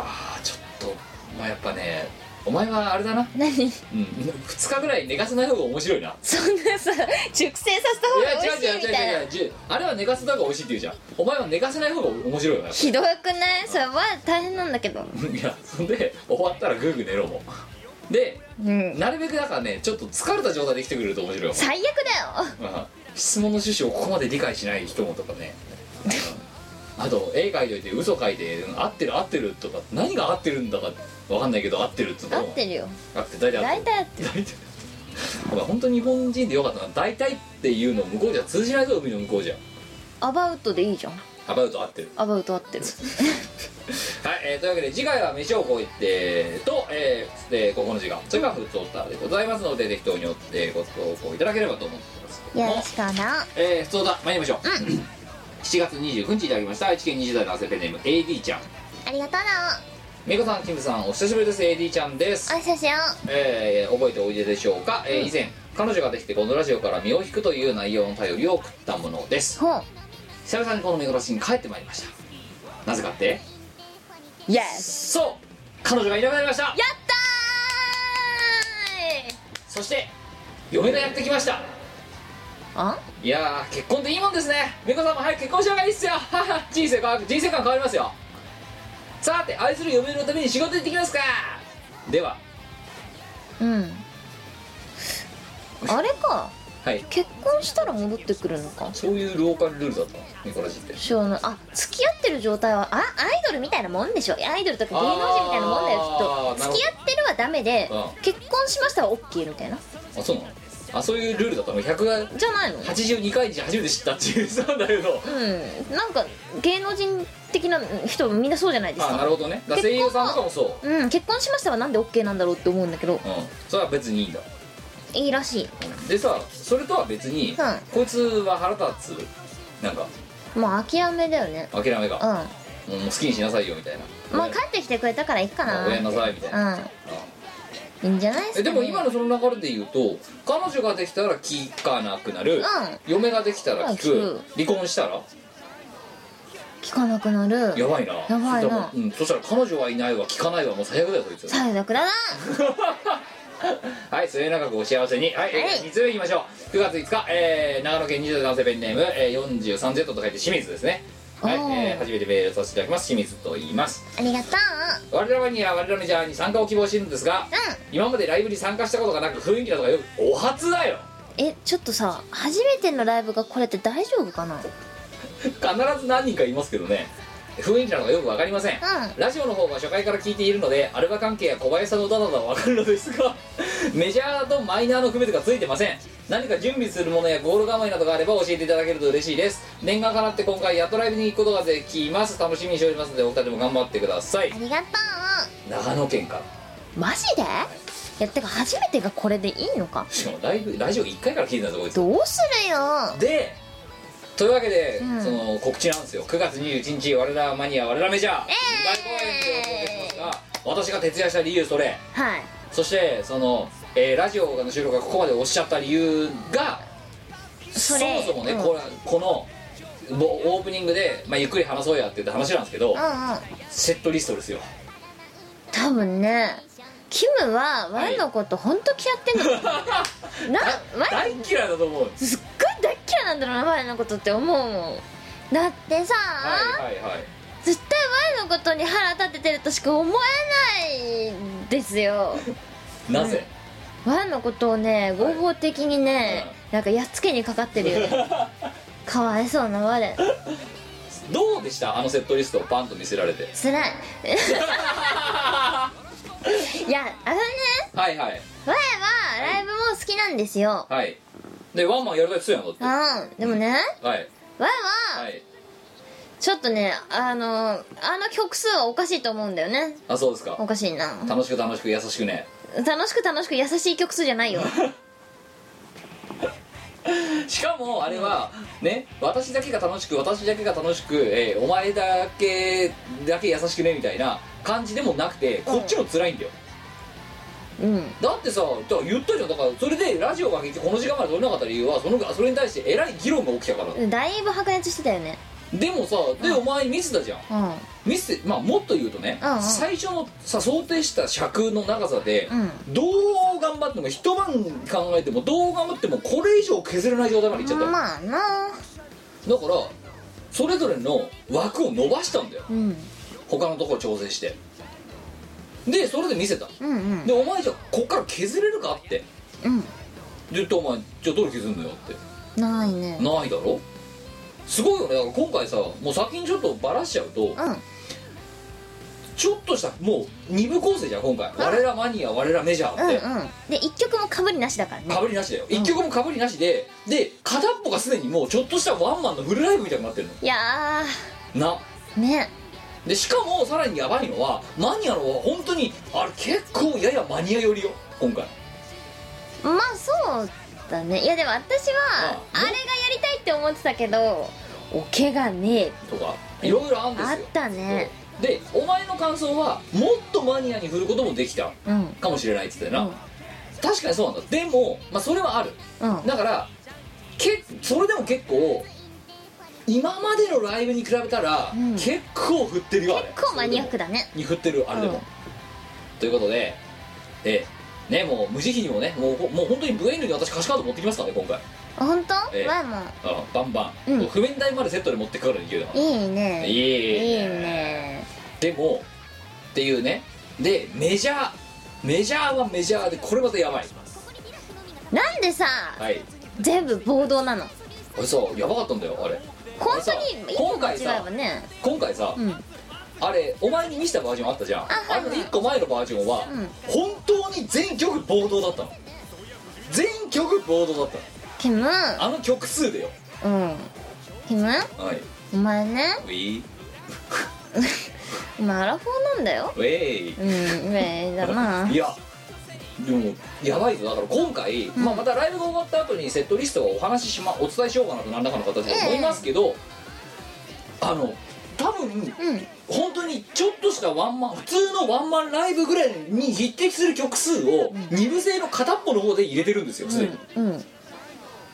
A: ーちょっとまあやっぱねお前はあれだな、う
C: 何
A: ん、2日ぐらい寝かせない方が面白いな
C: そんなさ熟成させた方が
A: い
C: 美
A: や違う違う
C: 味しい
A: 違う
C: みたいな
A: 違う違うあれは寝かせた方が美味しいって言うじゃんお前は寝かせない方が面白いよな
C: ひどくないそれは大変なんだけど
A: いやそんで終わったらグーグー寝ろもうで
C: うん
A: なるべくだからねちょっと疲れた状態で来てくれると面白いよ
C: 最悪だよ
A: まあ質問の趣旨をここまで理解しない人もとかねあと絵描いといて嘘書いてうん合ってる合ってるとか何が合ってるんだかわかんないけど合ってるっつうの
C: 合
A: も
C: ってるよ
A: 合ってる大体合っ
C: 大
A: てる
C: 体合ってる
A: 大体お前本当に日本人でよかったな大体っていうの向こうじゃ通じないぞ海の向こうじゃ
C: アバウトでいいじゃん
A: アバウト合ってる
C: アバウト合って
A: は
C: る
A: い、えーというわけで次回は飯をこう言ってと、えーでここの時間それがフットオーターでございますので適当におってご投稿いただければと思ってますけども
B: よろしくな
A: えー、普通だ参りましょう、7月29日いただきました愛知県20代男性ペンネーム AD ちゃん
B: ありがとうな
A: めいこさんキムさんお久しぶりです AD ちゃんです
B: お久しぶり
A: えー覚えておいででしょうか、えー以前彼女ができてこのラジオから身を引くという内容の頼りを送ったものです
B: ほう
A: 久々にこの見殺しに帰ってまいりましたなぜかって
C: イエス
A: そう彼女がいなくなりました
C: やったーい
A: そして嫁がやってきました
C: あ
A: いやー結婚っていいもんですね美子さんも早く結婚した方がいいっすよはは人生変わる人生観変わりますよさて愛する嫁のために仕事行ってきますかでは
C: うんあれか
A: はい
C: 結婚したら戻ってくるのか
A: そういうローカルルールだったのミコラジって
C: 知らないあ付き合ってる状態はあアイドルみたいなもんでしょアイドルとか芸能人みたいなもんだ
A: あ
C: よ
A: ー
C: きっと付き合ってるはダメで
A: うん
C: 結婚しましたは OK みたいな
A: あそうなのあそういうルールだったの182
C: じゃないのう
A: 回に初めて知ったっていうそうだけど
C: んなんか芸能人的な人みんなそうじゃないです
A: あなるほ
C: か
A: どねだから声優さんとかもそう
C: うん結婚しましたはなんで OK なんだろうって思うんだけど
A: うんそれは別にいいんだ
C: いいらし
A: でさそれとは別に、こいつは腹立つなんか
C: いもう諦めだよね
A: 諦め
C: うん
A: が、もう好きにしなさいよみたいな
C: まあ帰ってきてくれたからいいかな
A: ごめんなさいみたいな、
C: うんいいんじゃないですか、
A: えで
C: ね、
A: も今のその流れで言うと彼女ができたら聞かなくなる、嫁ができたら聞
C: う
A: く
C: ん、
A: 離婚したら
C: 聞かなくなる
A: やばいな
C: やばいな
A: うん、そしたら彼女はいないわ聞かないわもう最悪だよそいつ
C: 最悪だな
A: はい末永くお幸せにはい、えー、3つ目いきましょう9月5日、えー、長野県20代男性ペンネーム、えー、43Z と書いて清水ですねはい、
C: おー
A: えー初めてメールさせていただきます清水と言います
B: ありがとう
A: 我々には我々のジャーに参加を希望しているんですが、今までライブに参加したことがなく雰囲気だとかよくお初だよ
C: えちょっとさ初めてのライブがこれって大丈夫かな
A: 必ず何人かいますけどね雰囲気なのがよく分かりません、ラジオの方が初回から聞いているのでアルバ関係や小林さんの歌などは分かるのですがメジャーとマイナーの区別がついてません何か準備するものやゴール構えなどがあれば教えていただけると嬉しいです念願かなって今回やっとライブに行くことができます楽しみにしておりますのでお二人も頑張ってください
B: ありがと
A: 長野県から
C: マジでやてか初めてがこれでいいのか
B: しかもライブラジオ1回から聞いたぞこいつ
C: どうするよ
B: でというわけで、
C: うん
B: その告知なんですよ9月21日我らマニア我らメジャー大公演ということでございますが私が徹夜した理由それ
C: はい
B: そしてその、えーラジオの収録がここまで押しちゃった理由がそ
C: それ
B: もそもね、
C: うん
B: これこのぼオープニングで、まあ、ゆっくり話そうやって言った話なんですけ
C: うん
B: ど、
C: うん
B: セットリストですよ
C: 多分ねキムはワイのこと本当嫌ってん の、なワイ
B: 大嫌いだと思う
C: すっごい大っ嫌いなんだろうなワイのことって思うもんだってさ、
B: はいはいはい
C: 絶対ワイのことに腹立ててるとしか思えないです よ
B: なぜ、
C: ワンのことをね合法的にね、なんかやっつけにかかって るよねかわいそうな我
B: どうでしたあのセットリストをバンと見せられて
C: つ らいいやあのね
B: はいはい
C: 我はライブも好きなんですよ、
B: はいでワンマンやるだけ強いのだって
C: うんでもね
B: はい
C: 我
B: は
C: はいちょっとねあのあの曲数はおかしいと思うんだよね
B: あそうですか
C: おかしいな
B: 楽しく楽しく優しくね
C: 楽しく楽しく優しい曲数じゃ ないよ
B: しかもあれはね私だけが楽しく私だけが楽しく、えーお前だけだけ優しくねみたいな感じでもなくてこっちも辛いんだよ、
C: うん
B: だってさだから言ったじゃんだからそれでラジオが結局この時間まで撮れなかった理由はそのそれに対してえらい議論が起きたからだ
C: だいぶ白熱してたよね
B: でもさでお前ミスだじゃん
C: うん
B: ミスまあもっと言うとね、
C: うんうん
B: 最初のさ想定した尺の長さで、
C: う
B: どう頑張っても一晩考えてもどう頑張ってもこれ以上削れない状態までいっちゃった、
C: まあな
B: だからそれぞれの枠を伸ばしたんだよ
C: うん
B: 他のところ調整してでそれで見せた
C: うんうん
B: でお前じゃあこっから削れるかって
C: うん
B: ずっとお前じゃあどれ削るのよって
C: ないね
B: ないだろすごいよねだから今回さもう先にちょっとバラしちゃうと、
C: うん
B: ちょっとしたもう2部構成じゃん今回、我らマニア我らメジャーって、
C: うんうんで一曲もかぶりなしだからね
B: かぶりなしだよ一曲もかぶりなしでで片っぽがすでにもうちょっとしたワンマンのフルライブみたいになってる
C: いや
B: のな
C: ーね
B: でしかもさらにやばいのはマニアの方は本当にあれ結構ややマニア寄りよ今回
C: まあそうだねいやでも私はあ
B: あ
C: れがやりたいって思ってたけどおけがねえ
B: とかいろいろあるんですよ
C: あったね
B: そうでお前の感想はもっとマニアに振ることもできた
C: うん
B: かもしれないって言ってたよ
C: う
B: な、
C: ん
B: 確かにそうなんだでも、まあ、それはある
C: うん
B: だからけそれでも結構今までのライブに比べたら、
C: うん
B: 結構振ってるよあれ
C: 結構マニアックだね
B: に振ってるあれでも、
C: うん
B: ということでええねもう無慈悲にもねもうほもう本当にブエンドに私歌詞カード持ってきますからね今回
C: 本当
B: ええ
C: ワイも
B: あバンバン、
C: うん
B: もう譜面台までセットで持ってくから勢いだから
C: いいね
B: いい
C: い
B: ね
C: ね
B: でもっていうねでメジャーメジャーはメジャーでこれまたやばい
C: なんでさ
B: はい
C: 全部暴動なの
B: これさやばかったんだよあれ
C: 本当
B: あ
C: に
B: れ
C: 一
B: さ
C: 個
B: 今
C: 間違
B: 回
C: え
B: さ
C: ばね
B: 今回さ、
C: うん
B: あれお前に見せたバージョンあったじゃんあ,、
C: はいはい
B: れの1個前のバージョンは、
C: うん
B: 本当に全曲暴動だったの全曲暴動だったの
C: キム
B: あの曲数でよ
C: うんキム
B: はい
C: お前ね
B: ウィー
C: お前アラフォーなんだよ
B: ウェイ
C: うんええだな
B: いやでもやばいぞだから今回、まあ、またライブが終わった後にセットリストをお話しし、ま、お伝えしようかなと何らかの形で思いますけど、あの多分、
C: うん
B: 本当にちょっとしたワンマン普通のワンマンライブぐらいに匹敵する曲数を二部制の片っぽの方で入れてるんですよすでに、
C: うん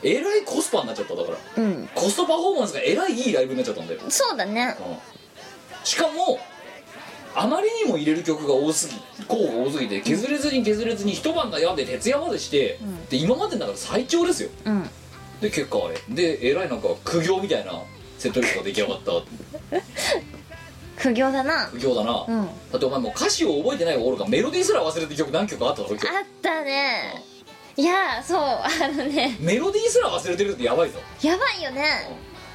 B: えらいコスパになっちゃっただから
C: うん
B: コストパフォーマンスがえらいいいライブになっちゃったんだよ
C: そうだね
B: しかもあまりにも入れる曲が多すぎ候補が多すぎて削れずに削れずに一晩悩んで徹夜までして、で今までの中で最長ですよ
C: うん
B: で結果あれでえらいなんか苦行みたいなセットリストが出来上がった
C: 苦行だな
B: 苦行だな、
C: うんあ
B: だってお前もう歌詞を覚えてないがおるかメロディーすら忘れてる曲何曲かあっただろ今日
C: ったねいやそうあのね
B: メロディーすら忘れてるってやばいぞ
C: やばいよね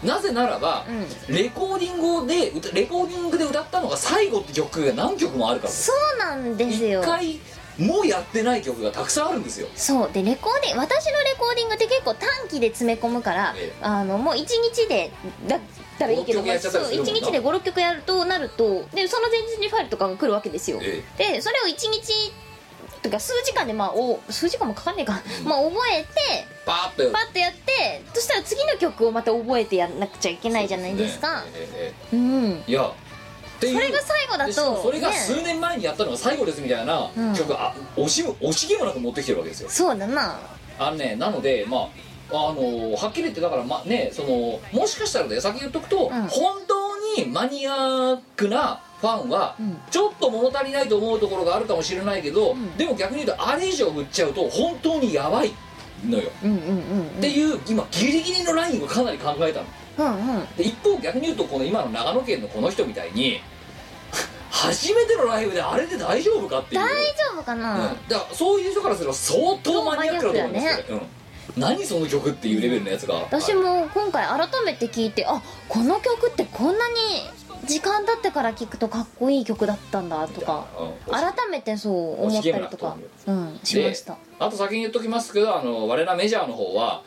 B: なぜならば、
C: う
B: レコーディングをで歌レコーディングで歌ったのが最後って曲が何曲もあるから
C: そうなんですよ
B: 一回もうやってない曲がたくさんあるんですよ
C: そうでレコーディング私のレコーディングって結構短期で詰め込むから、
B: ええ
C: あのもう1日でだったらいいけど
B: 56曲やっちゃったりするもんな
C: そう1日で56曲やるとなるとでその前日にファイルとかが来るわけですよ、
B: え
C: でそれを1日とか数時間でまあお数時間もかかんねえか、まあ覚えて
A: バーッと
C: パッとやってそしたら次の曲をまた覚えてやんなくちゃいけないじゃないですか
A: そうねええ
C: うん
A: ええいやっていう
C: それが最後だ
A: で
C: と
A: しかもそれが数
C: ね
A: 年前にやったのが最後ですみたいな
C: うん
A: 曲、あ惜しむ惜しげもなく持ってきてるわけですよ
C: そうだな
A: あのねなのでまああのはっきり言ってだから、ま、ねそのもしかしたらだよ先言っとくと、
C: うん
A: 本当にマニアックなファンは、
C: うん
A: ちょっと物足りないと思うところがあるかもしれないけど、
C: ん
A: でも逆に言うとあれ以上振っちゃうと本当にやばいのよ、
C: うんうんうん
A: っていう今ギリギリのラインをかなり考えたの
C: うんうん
A: で一方逆に言うとこの今の長野県のこの人みたいに初めてのライブであれで大丈夫かっていう
C: 大丈夫か
A: うん
C: な、
A: だからそういう人からすれば相当マニアックだと思いますよ、
C: マニアッ
A: うん何その曲っていうレベルのやつが
C: 私も今回改めて聞いてあこの曲ってこんなに時間経ってから聞くとかっこいい曲だったんだとか
A: うん
C: 改めてそう思ったり
A: 惜し
C: とか
A: げもなく
C: うんしました
A: あと先に言っときますけどあの我らメジャーの方は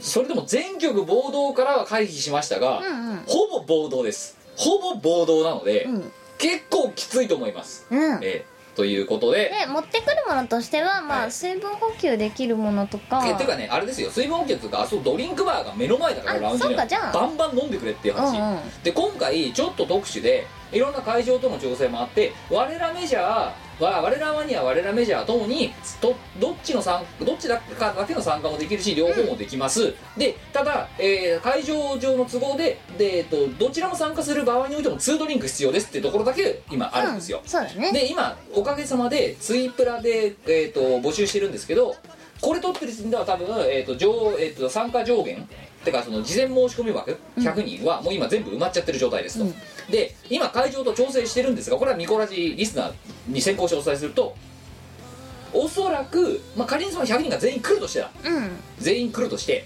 A: それでも全曲暴動からは回避しましたが、
C: うんうん
A: ほぼ暴動ですほぼ暴動なので、
C: うん
A: 結構きついと思います、
C: うん
A: ええということで
C: で持ってくるものとしてはま
A: は
C: あ
A: い
C: 水分補給できるものとか
A: えっていうかねあれですよ水分補給とかあそこドリンクバーが目の前だから
C: あ
A: ラウンジ
C: そう
A: に
C: かじゃあ
A: バンバン飲んでくれっていう
C: う
A: 話、
C: んうん
A: で今回ちょっと特殊でいろんな会場との調整もあって我らメジャーは我らマニア我らメジャーともにとどっちの参どっちだかだけの参加もできるし両方もできます、でただ、えー会場上の都合でで、えっとどちらも参加する場合においても2ドリンク必要ですっていうところだけ今あるんですよ、
C: うんそうだね
A: で今おかげさまでツイプラで、えー、と募集してるんですけどこれ取ってる時点では多分、えーと上えー、と参加上限てかその事前申し込み枠100人はもう今全部埋まっちゃってる状態ですと、
C: うん
A: で今会場と調整してるんですがこれはミコラジリスナーに先行してお伝えするとおそらく、まあ、仮にその100人が全員来るとしたら
C: うん
A: 全員来るとして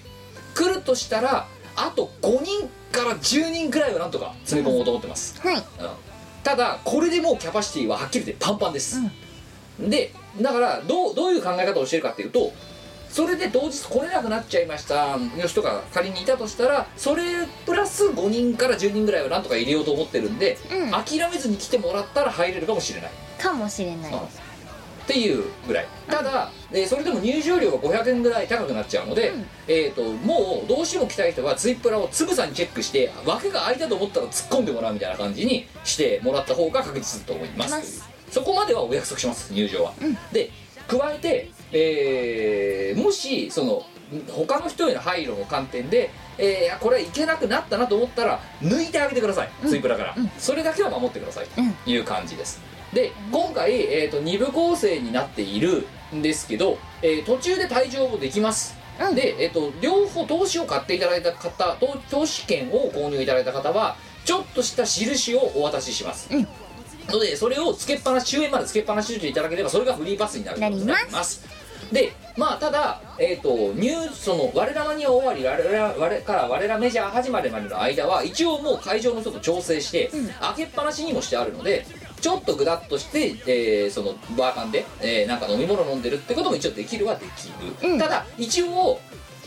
A: 来るとしたらあと5人から10人くらいはなんとか詰め込もうと思ってます、
C: はい
A: うんただこれでもうキャパシティははっきり言ってパンパンです、でだからどうどういう考え方をしてるかっていうとそれで同日来れなくなっちゃいましたの人が仮にいたとしたらそれプラス5人から10人ぐらいはなんとか入れようと思ってるんで、
C: うん
A: 諦めずに来てもらったら入れるかもしれない、
C: かもしれない
A: うんっていうぐらいただ、えーそれでも入場料が500円ぐらい高くなっちゃうので、
C: うん
A: えー、ともうどうしても来たい人はツイップラをつぶさにチェックして枠が空いたと思ったら突っ込んでもらうみたいな感じにしてもらった方が確実だと思います
C: ます
A: そこまではお約束します入場は、で加えて、えーもしその他の人への配慮の観点で、えーこれはいけなくなったなと思ったら抜いてあげてくださいツイプラから、それだけは守ってくださいという感じです、で今回、えー、と2部構成になっているんですけど、えー途中で退場もできます、
C: うん
A: で、えー、と両方投資を買っていただいた方と投資券を購入いただいた方はちょっとした印をお渡しします、
C: うん
A: のでそれをつけっぱなし終焉までつけっぱなししていただければそれがフリーパスになるということになりますでまあただえっ、とニューその我らマニア終わり我ら我から我らメジャー始まるまでの間は一応もう会場の人と調整して、開けっぱなしにもしてあるのでちょっとぐだっとして、えーそのバーカンで、えーなんか飲み物飲んでるってことも一応できるはできる、
C: うん
A: ただ一応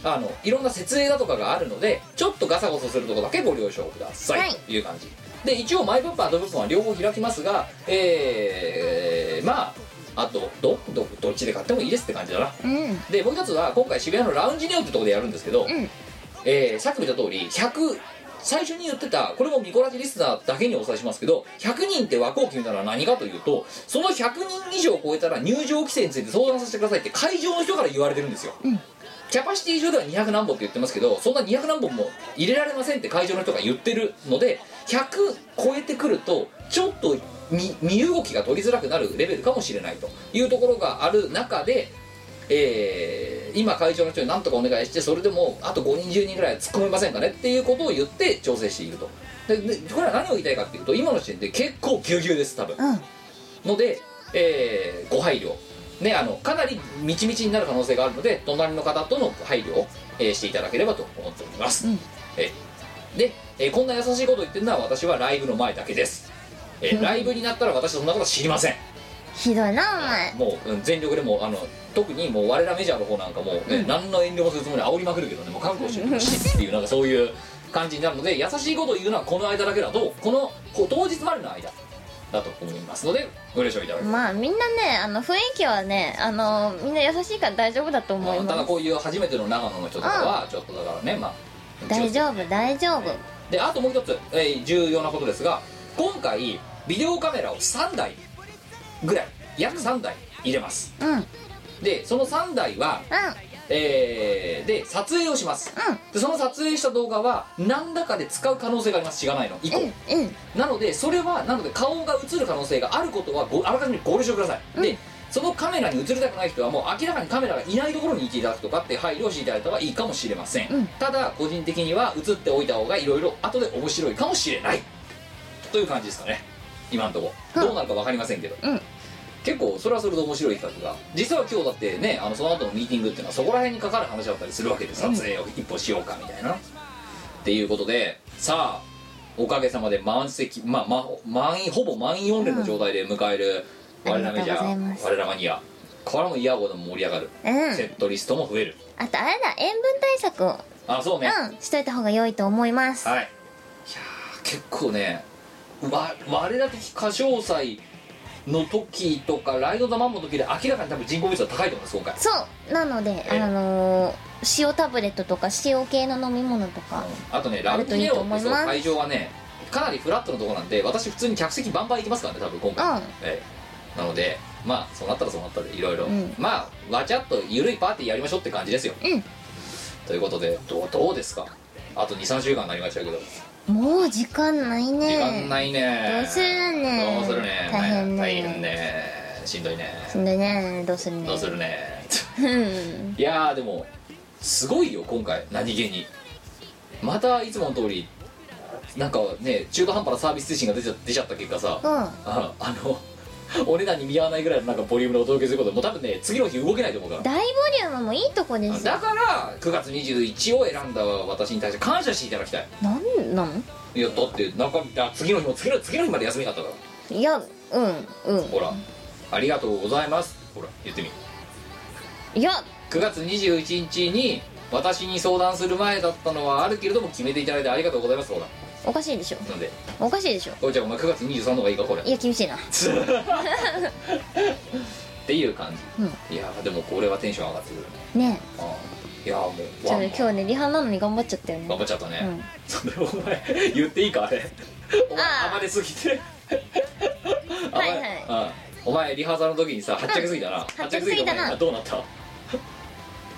A: あのいろんな設営だとかがあるのでちょっとガサゴソするとこだけご了承ください、
C: はい
A: という感じで一応マイ物販と物販は両方開きますがえー、まああとどどどっちで買ってもいいですって感じだな
C: うん
A: でもう一つは今回渋谷のラウンジネオってとこでやるんですけど、
C: ん
A: えーさっきも言った通り100最初に言ってたこれもミコラジリスナーだけにお伝えしますけど100人って枠を決めたのは何かというとその100人以上を超えたら入場規制について相談させてくださいって会場の人から言われてるんですよ、キャパシティ上では200何本って言ってますけどそんな200何本も入れられませんって会場の人が言ってるので100超えてくるとちょっと身身動きが取りづらくなるレベルかもしれないというところがある中で、えー今会場の人に何とかお願いしてそれでもあと5人10人ぐらいは突っ込めませんかねっていうことを言って調整しているとででこれは何を言いたいかっていうと今の時点で結構ぎゅうぎゅうです多分、ので、えーご配慮ねあのかなりみちみちになる可能性があるので隣の方との配慮を、えーしていただければと思っております、えーで、えーこんな優しいことを言ってるのは私はライブの前だけです、えーライブになったら私はそんなことは知りません
C: ひどいなお前
A: もう、うん全力でもうあの特にもう我らメジャーの方なんかもう、ね何の遠慮もするつもりで煽りまくるけどねもう覚悟してほしいっていうなんかそういう感じになるので優しいことを言うのはこの間だけだとこのこう当日までの間だと思いますのでご了承いただきます
C: まあみんなねあの雰囲気はねあのみんな優しいから大丈夫だと思い
A: ただ
C: ます
A: こういう初めての長野の人とかはちょっとだからねまあ
C: 大丈夫大丈夫
A: であともう一つ、えー重要なことですが今回ビデオカメラを3台ぐらい約3台入れます
C: うんうん
A: でその3台は、えーで撮影をします、でその撮影した動画は何らかで使う可能性がありますしがないの以降、
C: うんうん
A: なのでそれはなので顔が映る可能性があることはごあらかじめご了承ください、でそのカメラに映りたくない人はもう明らかにカメラがいないところにいていただくとかって配慮をしていただいた方がいいかもしれません、
C: うん
A: ただ個人的には映っておいた方がいろいろ後で面白いかもしれないという感じですかね今のところ、
C: うん
A: どうなるか分かりませんけど、
C: うん
A: 結構それはそれで面白い企画が実は今日だってねあのその後のミーティングっていうのはそこら辺にかかる話だったりするわけで撮影を一歩しようかみたいな、っていうことでさあおかげさまで満席、まあ、ま満員ほぼ満員御礼の状態で迎える我らメジャ
C: ありがとうございま
A: ー
C: す
A: 我らマニアこれはもうイヤゴでも盛り上がる、
C: うん
A: セットリストも増える
C: あとあれだ塩分対策を
A: あそうね、
C: うんしといた方が良いと思います
A: はいいやー結構ねわ我ら的歌唱祭の時とかライド・ザ・マンの時で明らかに多分人口密度高いと思います今回
C: そうなので
A: ええ
C: あのー塩タブレットとか塩系の飲み物とか
A: あとねラブ
C: と
A: ピ
C: いい
A: ネ
C: と
A: オ
C: 思
A: の
C: います
A: 会場はねかなりフラットのとこなんで私普通に客席バンバン行きますからね多分今回、
C: うん
A: ええなのでまあそうなったらそうなったでいろいろ、
C: うん
A: まあわちゃっと緩いパーティーやりましょうって感じですよ、
C: うん
A: ということでどうどうですかあと23週間になりましたけど
C: もう時間ない
A: 時間
C: ね
A: ないね
C: どうするね
A: どうするね
C: 大変ね
A: 大変ねしんどいね
C: しんどいねどうするね
A: どうするね
C: うん
A: いやーでもすごいよ今回何気にまたいつもの通りなんかね中途半端なサービス精神が出ちゃ出ちゃった結果さ、
C: うん
A: ああのお値段に見合わないぐらいのなんかボリュームでお届けすることでもう多分ね次の日動けないと思うから
C: 大ボリュームもいいとこですよ
A: だから9月21を選んだ私に対して感謝していただきたい
C: なんなん
A: いやだってなんかあ次の日も次の次の日まで休みだったから
C: いやうんうん
A: ほらありがとうございますほら言ってみ
C: いや
A: 9月21日に私に相談する前だったのはあるけれども決めていただいてありがとうございますほら
C: おかしいでしょ
A: なんで
C: おかしいでしょ
A: おいちゃんお前9月23の方がいいかこれ
C: いや厳しいな
A: っていう感じ、いやでもこれはテンション上がってくるね
C: ね
A: あいやもう
C: えちょ
A: ワ
C: っと
A: ン
C: 今日ねリハなのに頑張っちゃったよ
A: 頑張
C: ね
A: っちゃったね、
C: うん
A: それお前言っていいかあれお
C: あー
A: 前暴れすぎて暴れ
C: はいはい
A: うんお前リハーサルの時にさはっちゃけすぎたな、は
C: はっちゃけすぎたな
A: お前どうなったは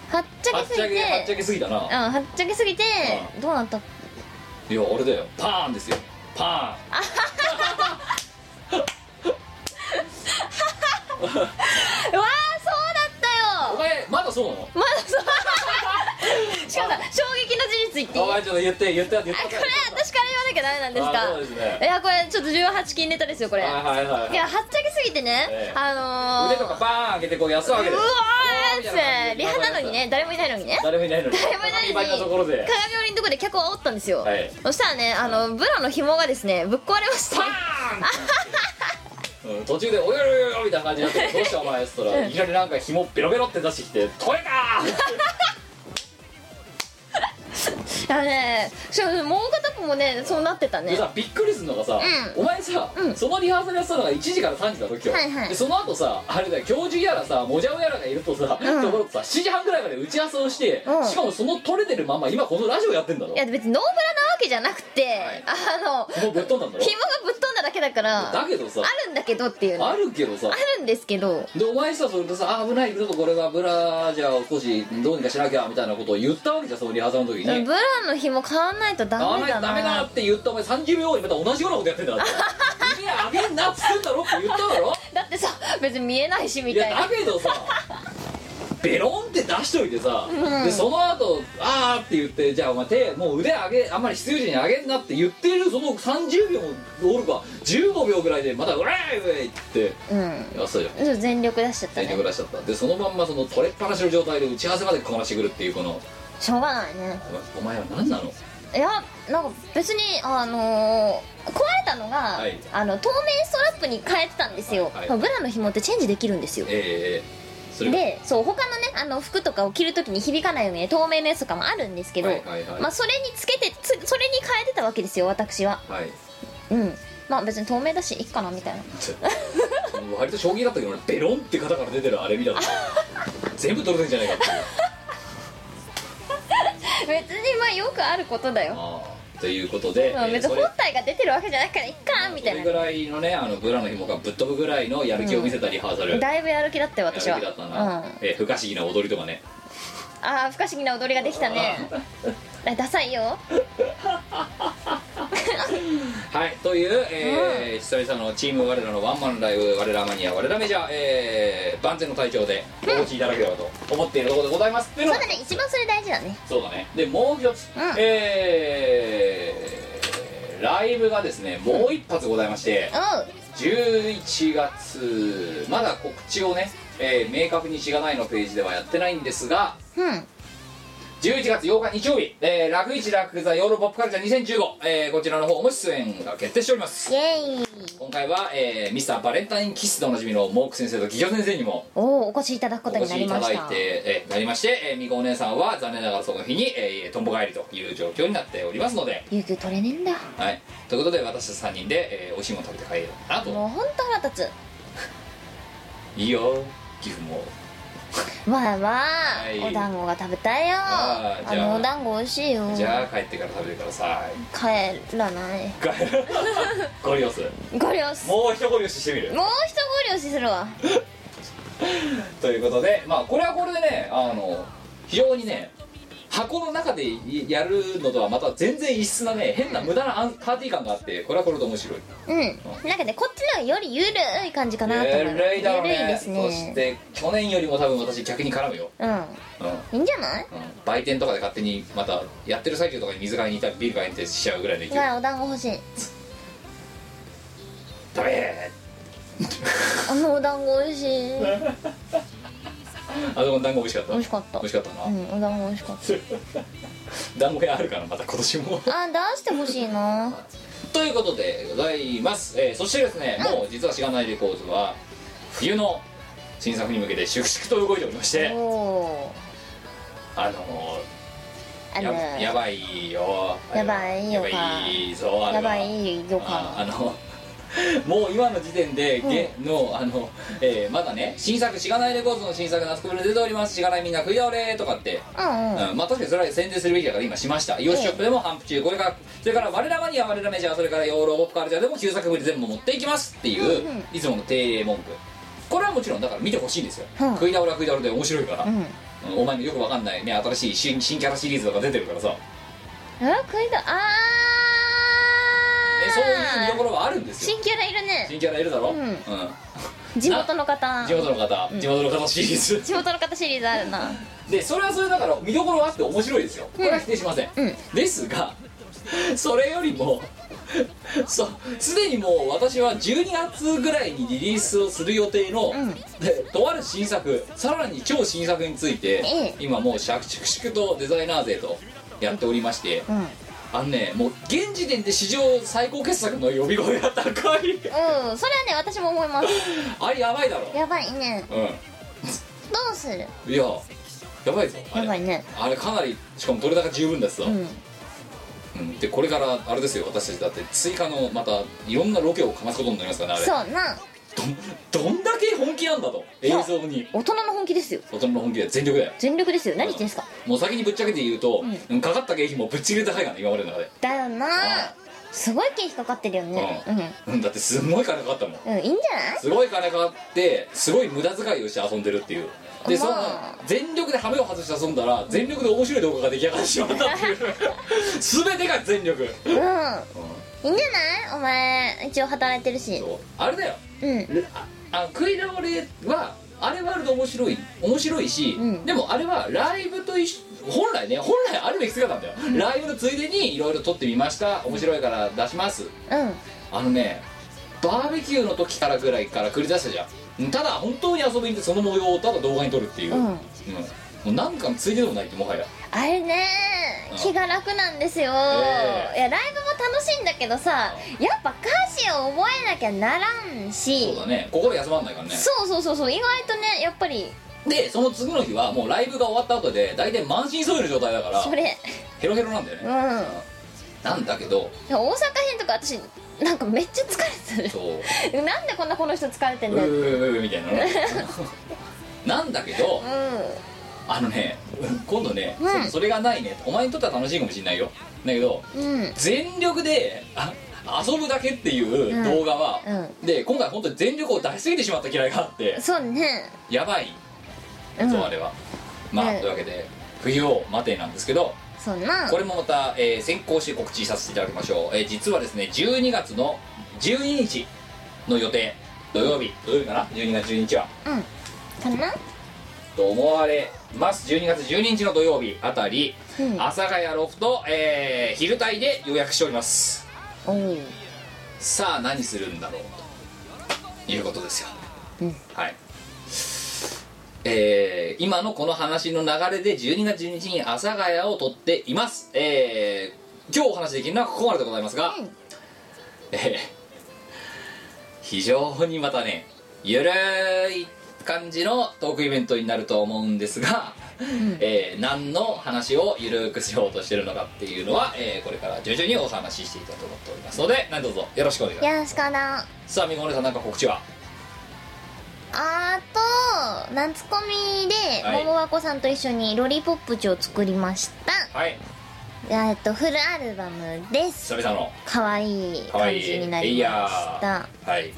C: はっちゃ
A: っ
C: けす
A: ちゃ
C: ぎ
A: けはっちゃ
C: て
A: けすぎたな、
C: うんはっちゃけすぎて
A: う
C: どうなった
A: いや俺だよパーンですよパ
C: うわあそう
A: ー
C: だ
A: ンお
C: ったよ
A: 前まだそうなの
C: まだそうしかもさ衝撃の事実言っていい
A: お前ちょっと言って言って言って
C: あこれ私から言わなきゃダメ
A: あ
C: な
A: そ
C: ん
A: う
C: で
A: ですす
C: かい
A: ね
C: やこれちょっと18禁ネタですよこれい
A: はいはいはいはい
C: やはっちゃけすぎて
A: え
C: ね
A: え
C: あのー
A: 腕とかバーン開けてこうやすわけ
C: う
A: で
C: わー
A: みたいな感
C: や
A: じ
C: つ
A: で
C: リハなのにね誰もいないのにね
A: 誰もいないのに
C: 誰もいないの
A: バリ
C: に
A: バリのところで
C: 鏡折りのとこで客を煽ったんですよ、
A: はい
C: そしたらねあのブラの紐がですねぶっ壊れました
A: うん途中で「およよよよ」みたいな感じになって「どうしたお前」っつったらいきなりなんか紐ベロベロって出してきて「取れた!」
C: あのねしかももう片方もねそうなってた
A: で
C: ね
A: さびっくりするのがさ、
C: う
A: お前さ、
C: うん
A: そのリハーサルやってたのが1時から3時だろ今日、
C: はいはい
A: でその後さあれだよ教授やらさもじゃおやらがいるとさ、
C: ん
A: ところとさ7時半ぐらいまで打ち合わせをして、
C: うん
A: しかもその取れてるまま今このラジオやってんだろ
C: いや別にノーブラなわけじゃなくて、
A: い
C: あの
A: 紐ぶっ飛んだんだろ
C: 紐がぶっ飛んだだけだから
A: だけどさ
C: あるんだけどっていうねあ
A: あるけどさ
C: るんですけど
A: でお前さそれとさあ危ないちょっとこれはブラジャーを少しどうにかしなきゃみたいなことを言ったわけじゃんそのリハーサルの時に、
C: ブラの紐買わないとダ
A: ダ
C: メ
A: メ
C: だ
A: だ
C: な
A: ダメだって言ったお前30秒後にまた同じようなことやってんだ からいやあげんなっつってんだろって言っただろ
C: だってさ別に見えないしみ
A: い
C: た
A: や
C: いな
A: だけど さベロンって出しといてさ、でその後あーって言ってじゃあお前手もう腕上げあんまり必要時に上げんなって言ってるその30秒もおるか15秒ぐらいでまた「ウェイウェイ!」って
C: うん
A: やそうじゃん
C: そう全力出しちゃった
A: 全力
C: ね
A: 出しちゃったでそのまんまその取れっぱなしの状態で打ち合わせまでこなしてくるっていうこの
C: しょうがないね
A: お前は何なの
C: いやなんか別にあのー壊れたのが、
A: はい
C: あの透明ストラップに変えてたんですよ、
A: はい
C: ブラの紐ってチェンジできるんですよ
A: ええええそれは
C: でそう他のねあの服とかを着るときに響かないようにね透明のやつとかもあるんですけど、
A: はいはいはい
C: まあ、それにつけてつそれに変えてたわけですよ私は
A: はい
C: うんまあ別に透明だしいいかなみ たいな
A: 割と将棋だったけど俺ベロンって肩から出てるあれ見た ら全部取れてんじゃないかっていう
C: 別にまあよくあることだよ
A: あーということで、
C: まあ
A: えー
C: 別に
A: それ
C: 本体が出てるわけじゃないからいっかみた
A: それ
C: い
A: ぐ
C: な
A: らいのねあのブラの紐がぶっ飛ぶぐらいのやる気を見せたリハーサル、や
C: だいぶやる気だったよ
A: る
C: 私
A: 気
C: は
A: だったな、
C: うん、
A: えー不可思議な踊りとかね
C: ああ不可思議な踊りができたねダサいよ
A: はいという、えー久々のチーム我らのワンマンライブ我らマニア我らメジャー、えー万全の体調でお持ちいただければと思っているところでございますっていうの
C: そう
A: が
C: だね一番それ大事だね
A: そうだねでもう一つ、
C: うん
A: えーライブがですねもう一発ございまして、
C: おう
A: 11月まだ告知をね、えー明確にしがないのページではやってないんですが
C: うん
A: 11月8日日曜日、えー、楽市楽座ヨーロポップカルチャー2015、えーこちらの方も出演が決定しております
C: イエーイ
A: 今回は、えー、ミスターバレンタインキッスでおなじみのモーク先生とギギョ先生にも
C: おおお越しいただくこ
A: お
C: と
A: 越し
C: になり
A: いた
C: ま
A: だ
C: し
A: い
C: た
A: て、えーなりまして、えー、みこお姉さんは残念ながらその日に、えー、とんぼ帰りという状況になっておりますので、
C: 有給取れねえんだ
A: はい、ということで私たち3人で、えー、美味しいもの食べて帰ろうかな
C: もう
A: と
C: ほんと腹立
A: いいよ岐阜も
C: つわあわあ
A: はい
C: お団子が食べたいよ
A: あ
C: あ
A: ーじゃあ
C: のお団子美味しいよ
A: じゃあ帰ってから食べてください
C: 帰らない
A: 帰るゴリ押す
C: ごりょうすも
A: もう一ゴリ押ししてみる
C: う一ごりょうしするわ
A: ということでまあこれはこれでねあの非常にね箱の中でやるのとはまた全然異質なね変な無駄なアンパーティー感があってこれはこれで面白い
C: うんなんかねこっちの方がよりゆるい感じかなと思う
A: ゆるいだろうね
C: ゆるいです
A: そし
C: ね
A: て去年よりも多分私逆に絡むよ、
C: うん
A: うんうん、
C: いいんじゃない
A: 売店とかで勝手にまたやってる最中とかに水買いに行ったりビール買いに行ったりしちゃうぐらいの勢い
C: わあお団子欲しい
A: 食べ
C: あのお団子美味しい
A: ーあそこの団子美味しかった
C: 美味しかった
A: 美味しかったな、
C: うんお団子美味しかっ
A: 団子屋あるからまた今年も
C: たあー出してほしいな
A: ということでございます、えーそしてですね、もう実はしがないレコーズは冬の新作に向けて粛々と動いておりまして、
C: おー
A: あの
C: あ
A: ー
C: の
A: ややばいよあれは
C: やばいよか
A: やばいぞあれは
C: やばいよ
A: あ
C: か
A: あの もう今の時点で、げのあの、えーまだね新作しがないレコーズの新作夏コミで出ておりますしがないみんな食い倒れとかって
C: うんうん
A: うんまあ確かにそれは宣伝するべきだから今しましたイオシスショップでも反復中これからそれから我らマニア我らメジャーそれからヨーロッパカルチャーでも旧作ぶり全部持っていきますっていう
C: うんうん
A: いつもの定例文句これはもちろんだから見てほしいんですよ、
C: うん
A: 食い倒れは食い倒れで面白いから、
C: うん
A: うんお前のよくわかんないね新しい新新キャラシリーズとか出てるからさ、ね、
C: え食いだあー
A: そういう見どころはあるんですよ
C: 新キャラいるね
A: 新キャラいるだろ、
C: うん
A: うん
C: 地元の方
A: 地元の方、
C: ん
A: 地元の方シリ ーズ
C: 地元の方シリーズあるな
A: でそれはそれだから見どころはあって面白いですよこれは否定しません、
C: うん
A: ですが それよりも そすでにもう私は12月ぐらいにリリースをする予定の、
C: うん
A: でとある新作さらに超新作について、
C: ええ
A: 今もうしゃくしくしくとデザイナー勢とやっておりまして、
C: うんうん
A: あのねもう現時点で史上最高傑作の呼び声が高い
C: それはね私も思います
A: あれやばいだろ
C: やばいね
A: う
C: どうする
A: んいややばいぞあれ
C: やばいね
A: あれかなりしかもどれだけ十分だしさ、
C: うん
A: うんでこれからあれですよ私たちだって追加のまたいろんなロケをかますことになりますからねあれ
C: そうな
A: どんだけ本気なんだと映像に
C: 大人の本気ですよ
A: 大人の本気で全力だよ
C: 全力ですよ何言ってんすか
A: もう先にぶっちゃけて言うと
C: うん、
A: うんかかった経費もぶっちぎり高いからね今までの中で、
C: だよな
A: あ
C: すごい経費かかってるよね
A: うん、だってすごい金かかったもん
C: うんうんいいんじゃない
A: すごい金かかってすごい無駄遣いをして遊んでるっていうでその
C: まあ
A: 全力でハメを外して遊んだら全力で面白い動画が出来上がってしまったっていう全てが全力
C: うんいいんじゃないお前一応働いてるし
A: そうあれだよ
C: うん
A: でああ食い倒れはあれはあれで面白い面白いし、
C: うん
A: でもあれはライブと一緒本来ね本来あるべき姿なんだよ、ライブのついでにいろいろ撮ってみました面白いから出します
C: うん
A: あのねバーベキューの時からぐらいから繰り出したじゃんただ本当に遊びに行ってその模様をただ動画に撮るっていう、
C: うん
A: もうなんかのついででもないってもはや
C: あれね
A: うん
C: 気が楽なんですよ、
A: ええ
C: いやライブも楽しいんだけどさやっぱ歌詞を覚えなきゃならんし
A: そうだね心休まんないからね
C: そうそうそうそう意外とねやっぱり
A: でその次の日はもうライブが終わった後で大体満身創痍の状態だから
C: それ
A: ヘロヘロなんだよ
C: うん
A: ね、
C: 大阪
A: なんだけど
C: 編とか私なんかめっちゃ疲れて
B: そう
C: るなんでこんなこの人疲れて
B: うん
C: だ
B: ー
C: ようん
B: うーうーみたいなねなんだけどあのね今度ね、
C: うん
B: そそれがないねお前にとっては楽しいかもしれないよだけど
C: うん
B: 全力であ遊ぶだけっていう動画は、
C: う
B: で今回本当に全力を出しすぎてしまった嫌いがあって
C: そうね
B: やばい
C: うん
B: ぞあれは、まあ、
C: ね
B: というわけで冬を待てなんですけど
C: そんな
B: これもまた、えー先行して告知させていただきましょう、えー実はですね12月の12日の予定土曜日土曜日かな12月12日は
C: かな
B: と思われます12月12日の土曜日あたり
C: うん
B: 阿佐ヶ谷ロフト、えー、昼帯で予約しております
C: おう
B: さあ何するんだろうということですよ、
C: うん
B: はいえー今のこの話の流れで12月12日に阿佐ヶ谷を撮っていますえー今日お話しできるのはここまででございますが、
C: うん
B: えー非常にまたねゆるい感じのトークイベントになると思うんですが、えー何の話をゆるくしようとしてるのかっていうのは、えーこれから徐々にお話ししていきたいと思っておりますので何卒よろしくお願いします
A: よろしくな
B: さあみごねさんなんか告知は
A: あと夏コミで
B: はい
A: 桃和子さんと一緒にロリポップチを作りました、
B: はい
A: えっとフルアルバムです
B: 久々の
A: 可愛い
B: かわ
A: 感
B: いい
A: じにな
B: エイ
A: り
B: ヤ
A: ました
B: ーはい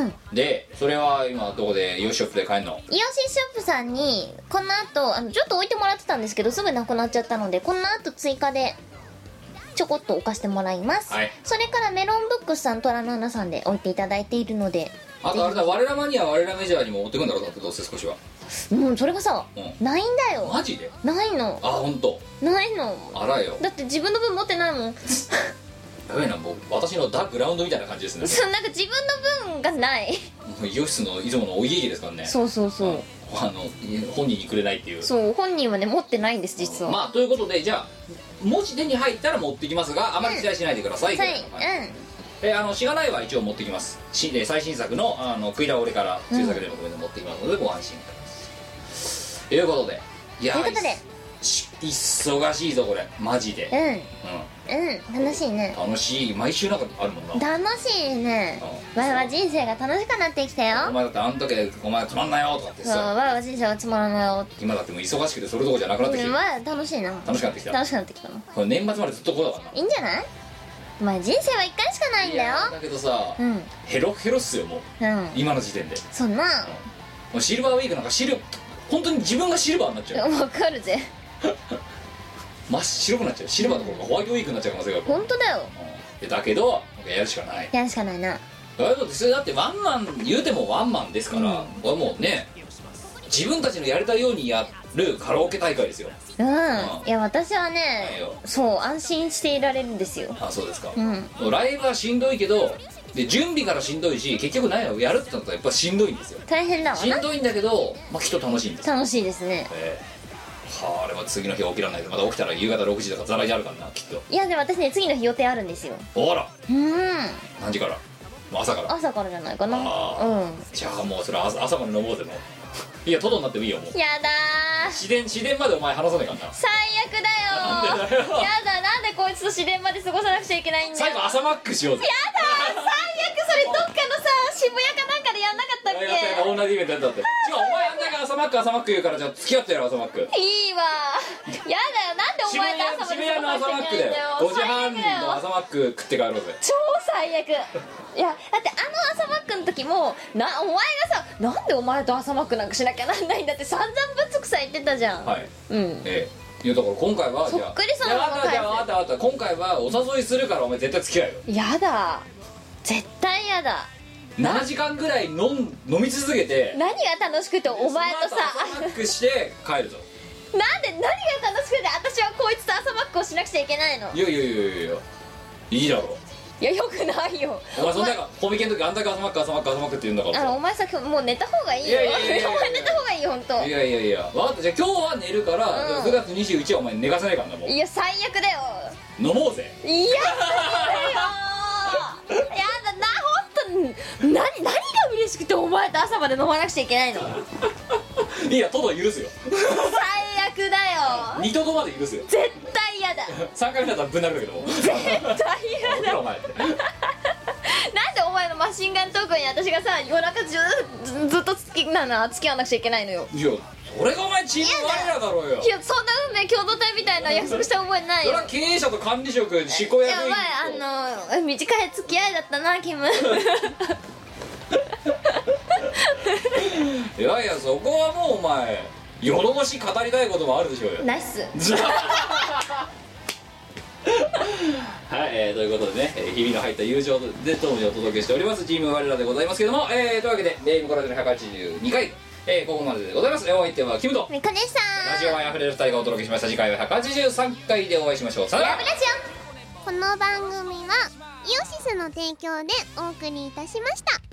A: うん
B: でそれは今どこでヨシショップで買えるの
A: イオシスショップさんにこの後あのちょっと置いてもらってたんですけどすぐなくなっちゃったのでこの後追加でちょこっと置かしてもらいます、
B: はい
A: それからメロンブックスさんトラのナさんで置いていただいているので
B: あとあれだ我らマニア我らメジャーにも持ってくんだろうだってどうせ少しは
A: うんそれがさ、
B: う
A: ないんだよ
B: マジで
A: ないの
B: あ本当。
A: ないの
B: あらよ
A: だって自分の分持ってないもん
B: やべえなもう私のダグラウンドみたいな感じですね
C: そうなんか自分の分がない
B: もうイオシスのいつものお家芸ですからね
C: そうそうそう
B: あの本人にくれないっていう
C: そう本人はね持ってないんです実は、
B: まあということでじゃあもし手に入ったら持ってきますがあまり期待しないでください、ぐ
A: は
B: ら
A: い
B: いの感じ
A: う
B: えーあのしがないは一応持ってきますしえー最新作の「あの食い倒れ」から中作でのコメント持ってきますので、ご安心くださいということでいや
A: ということで
B: いし忙しいぞこれマジで、
A: ん
B: う
A: うんうん楽しいね
B: ん、楽しい毎週なんかあるもんな
A: 楽しいね
B: うん
A: わいは人生が楽しくなってきた
B: お
A: よ
B: 前だってあん時でお前つまんないよとかって
A: そうわ
B: さ
A: いは人生はつまらないよ
B: 今だってもう忙しくてそれどころじゃなくなってきて
A: うん
B: る
A: わいは楽しいな
B: 楽しくなってきた
A: 楽しくなってきたの
B: これ年末までずっとこうだからない
A: いんじゃないお前人生は一回しかないんだよ
B: やだけどさ、
A: うんうん
B: ヘロヘロっすよもう今の時点で
A: そんな
B: もうシルバーウィークなんかシル本当に自分がシルバーになっちゃう
C: わかるぜ
B: 真っ白くなっちゃうシルバーどころかホワイトウィークになっちゃう可能性がある
A: 本当だよ
B: うんだけどなんかやるしかない
A: やるしかないな
B: だけどそれだってワンマン言うてもワンマンですから、これもうね自分たちのやれたようにやるカラオケ大会ですよ
A: うん
B: うん
A: いや私は
B: ない
A: ね
B: よ
C: そう安心していられるんですよ
B: あそうですか
A: う、ん
B: ライブはしんどいけどで準備からしんどいし結局何やろやるってなったらやっぱしんどいんですよ
A: 大変だわ
B: しん
A: な
B: どいんだけど、まあ、きっと楽しいんですよ、
A: 楽しいですね
B: ええはああれは次の日は起きられないでまた起きたら夕方6時とかざらにあるからなきっと
C: いやでも私ね次の日予定あるんですよ
B: あら
A: うん
B: 何時からもう朝から
A: 朝からじゃないかな
B: あ
A: うん
B: じゃあもうそれ朝朝まで飲もうぜもういやトドになってもいいよもう
A: やだー
B: 自然自然までお前話さないからな
C: 最悪だよ
B: なんでだよ
C: やだなんでこいつと自然まで過ごさなくちゃいけないんだ
B: 最
C: よ
B: 後朝マックしようぜ
C: 最悪それどっかのさ渋谷かなんかでやんなかったっ
B: やったやった同じイベントやったって違うお前あんだけ朝マック朝マック言うからじゃあ付き合ってやろう朝マック
C: けいいわやだよなんでお
B: 渋
C: 前
B: 谷
C: と朝ま
B: 渋
C: で過
B: 谷の
C: ご
B: 朝
C: さ
B: マ
C: な
B: ッ
C: く
B: ク
C: ちゃいけ
B: だ
C: ないんだよ最悪だよ
B: よ5時半の朝マック食って帰ろうぜ
C: 超最悪いやだってあの朝マックの時もなお前がさなんでお前と朝マックなんかしなきゃなんないんだって散々ぶつくさ言ってたじゃん、
B: はい
C: うん
B: ええいうところ今回はじゃあ
C: そっくりそのまま返す
B: じゃあ分かった分かった分かった今回はお誘いするからお前絶対付き合うよ
C: やだ絶対やだ
B: 7時間ぐらい飲ん飲み続けて
C: 何が楽しくてお前とさ
B: その後朝マックして帰るぞ
C: なんで何が楽しくて私はこいつと朝マックをしなくちゃいけないの
B: いやいやいやいやいやいいだろ
C: いやよくない よ
B: お前そんなかコミケの時あんだけ朝マック朝マック朝マックって言うんだから
C: あ
B: さ
C: のお前さ今日もう寝た方がいいよ
B: いやいやいやいや
C: お前寝た方がいいよ本当
B: いやいやいや分かったじゃあ今日は寝るから、
C: うん
B: 9月21日はお前寝かせないからなもう
C: いや最悪だよ
B: 飲もうぜ
C: いやいやだよやだな本当に何何が嬉しくてお前と朝まで飲まなくちゃいけないの
B: いやトド許すよ
C: 最悪だよ
B: 二度とまで許すよ
C: 絶対やだ
B: 3回目だったらぶん殴るけども
C: 絶対
B: お
C: や
B: 前って
C: 心眼トークに私がさ夜中ずずずっと付きなな付き合わなくちゃいけないのよ
A: いやそれがお前チーム我らだろうよ
C: いやそんな運命共同体みたいな約束した覚えない
A: そ
C: よ
A: れは経営者と管理職執行役
C: や
A: 員
C: ばい
A: と
C: あの短い付き合いだったなキム
A: いやいやそこはもうお前よどましい語りたいこともあるでしょうよ
C: ナイス
A: はい、えーということでね、えー日々の入った友情で当時お届けしておりますチーム我らでございますけども、えーというわけで「レイムコラジの182回」えーここまででございますえーお相手はキムと
D: みこでした
A: ラジオ前あふれる2人がお届けしました次回は183回でお会いしましょうさよなら
D: この番組はイオシスの提供でお送りいたしました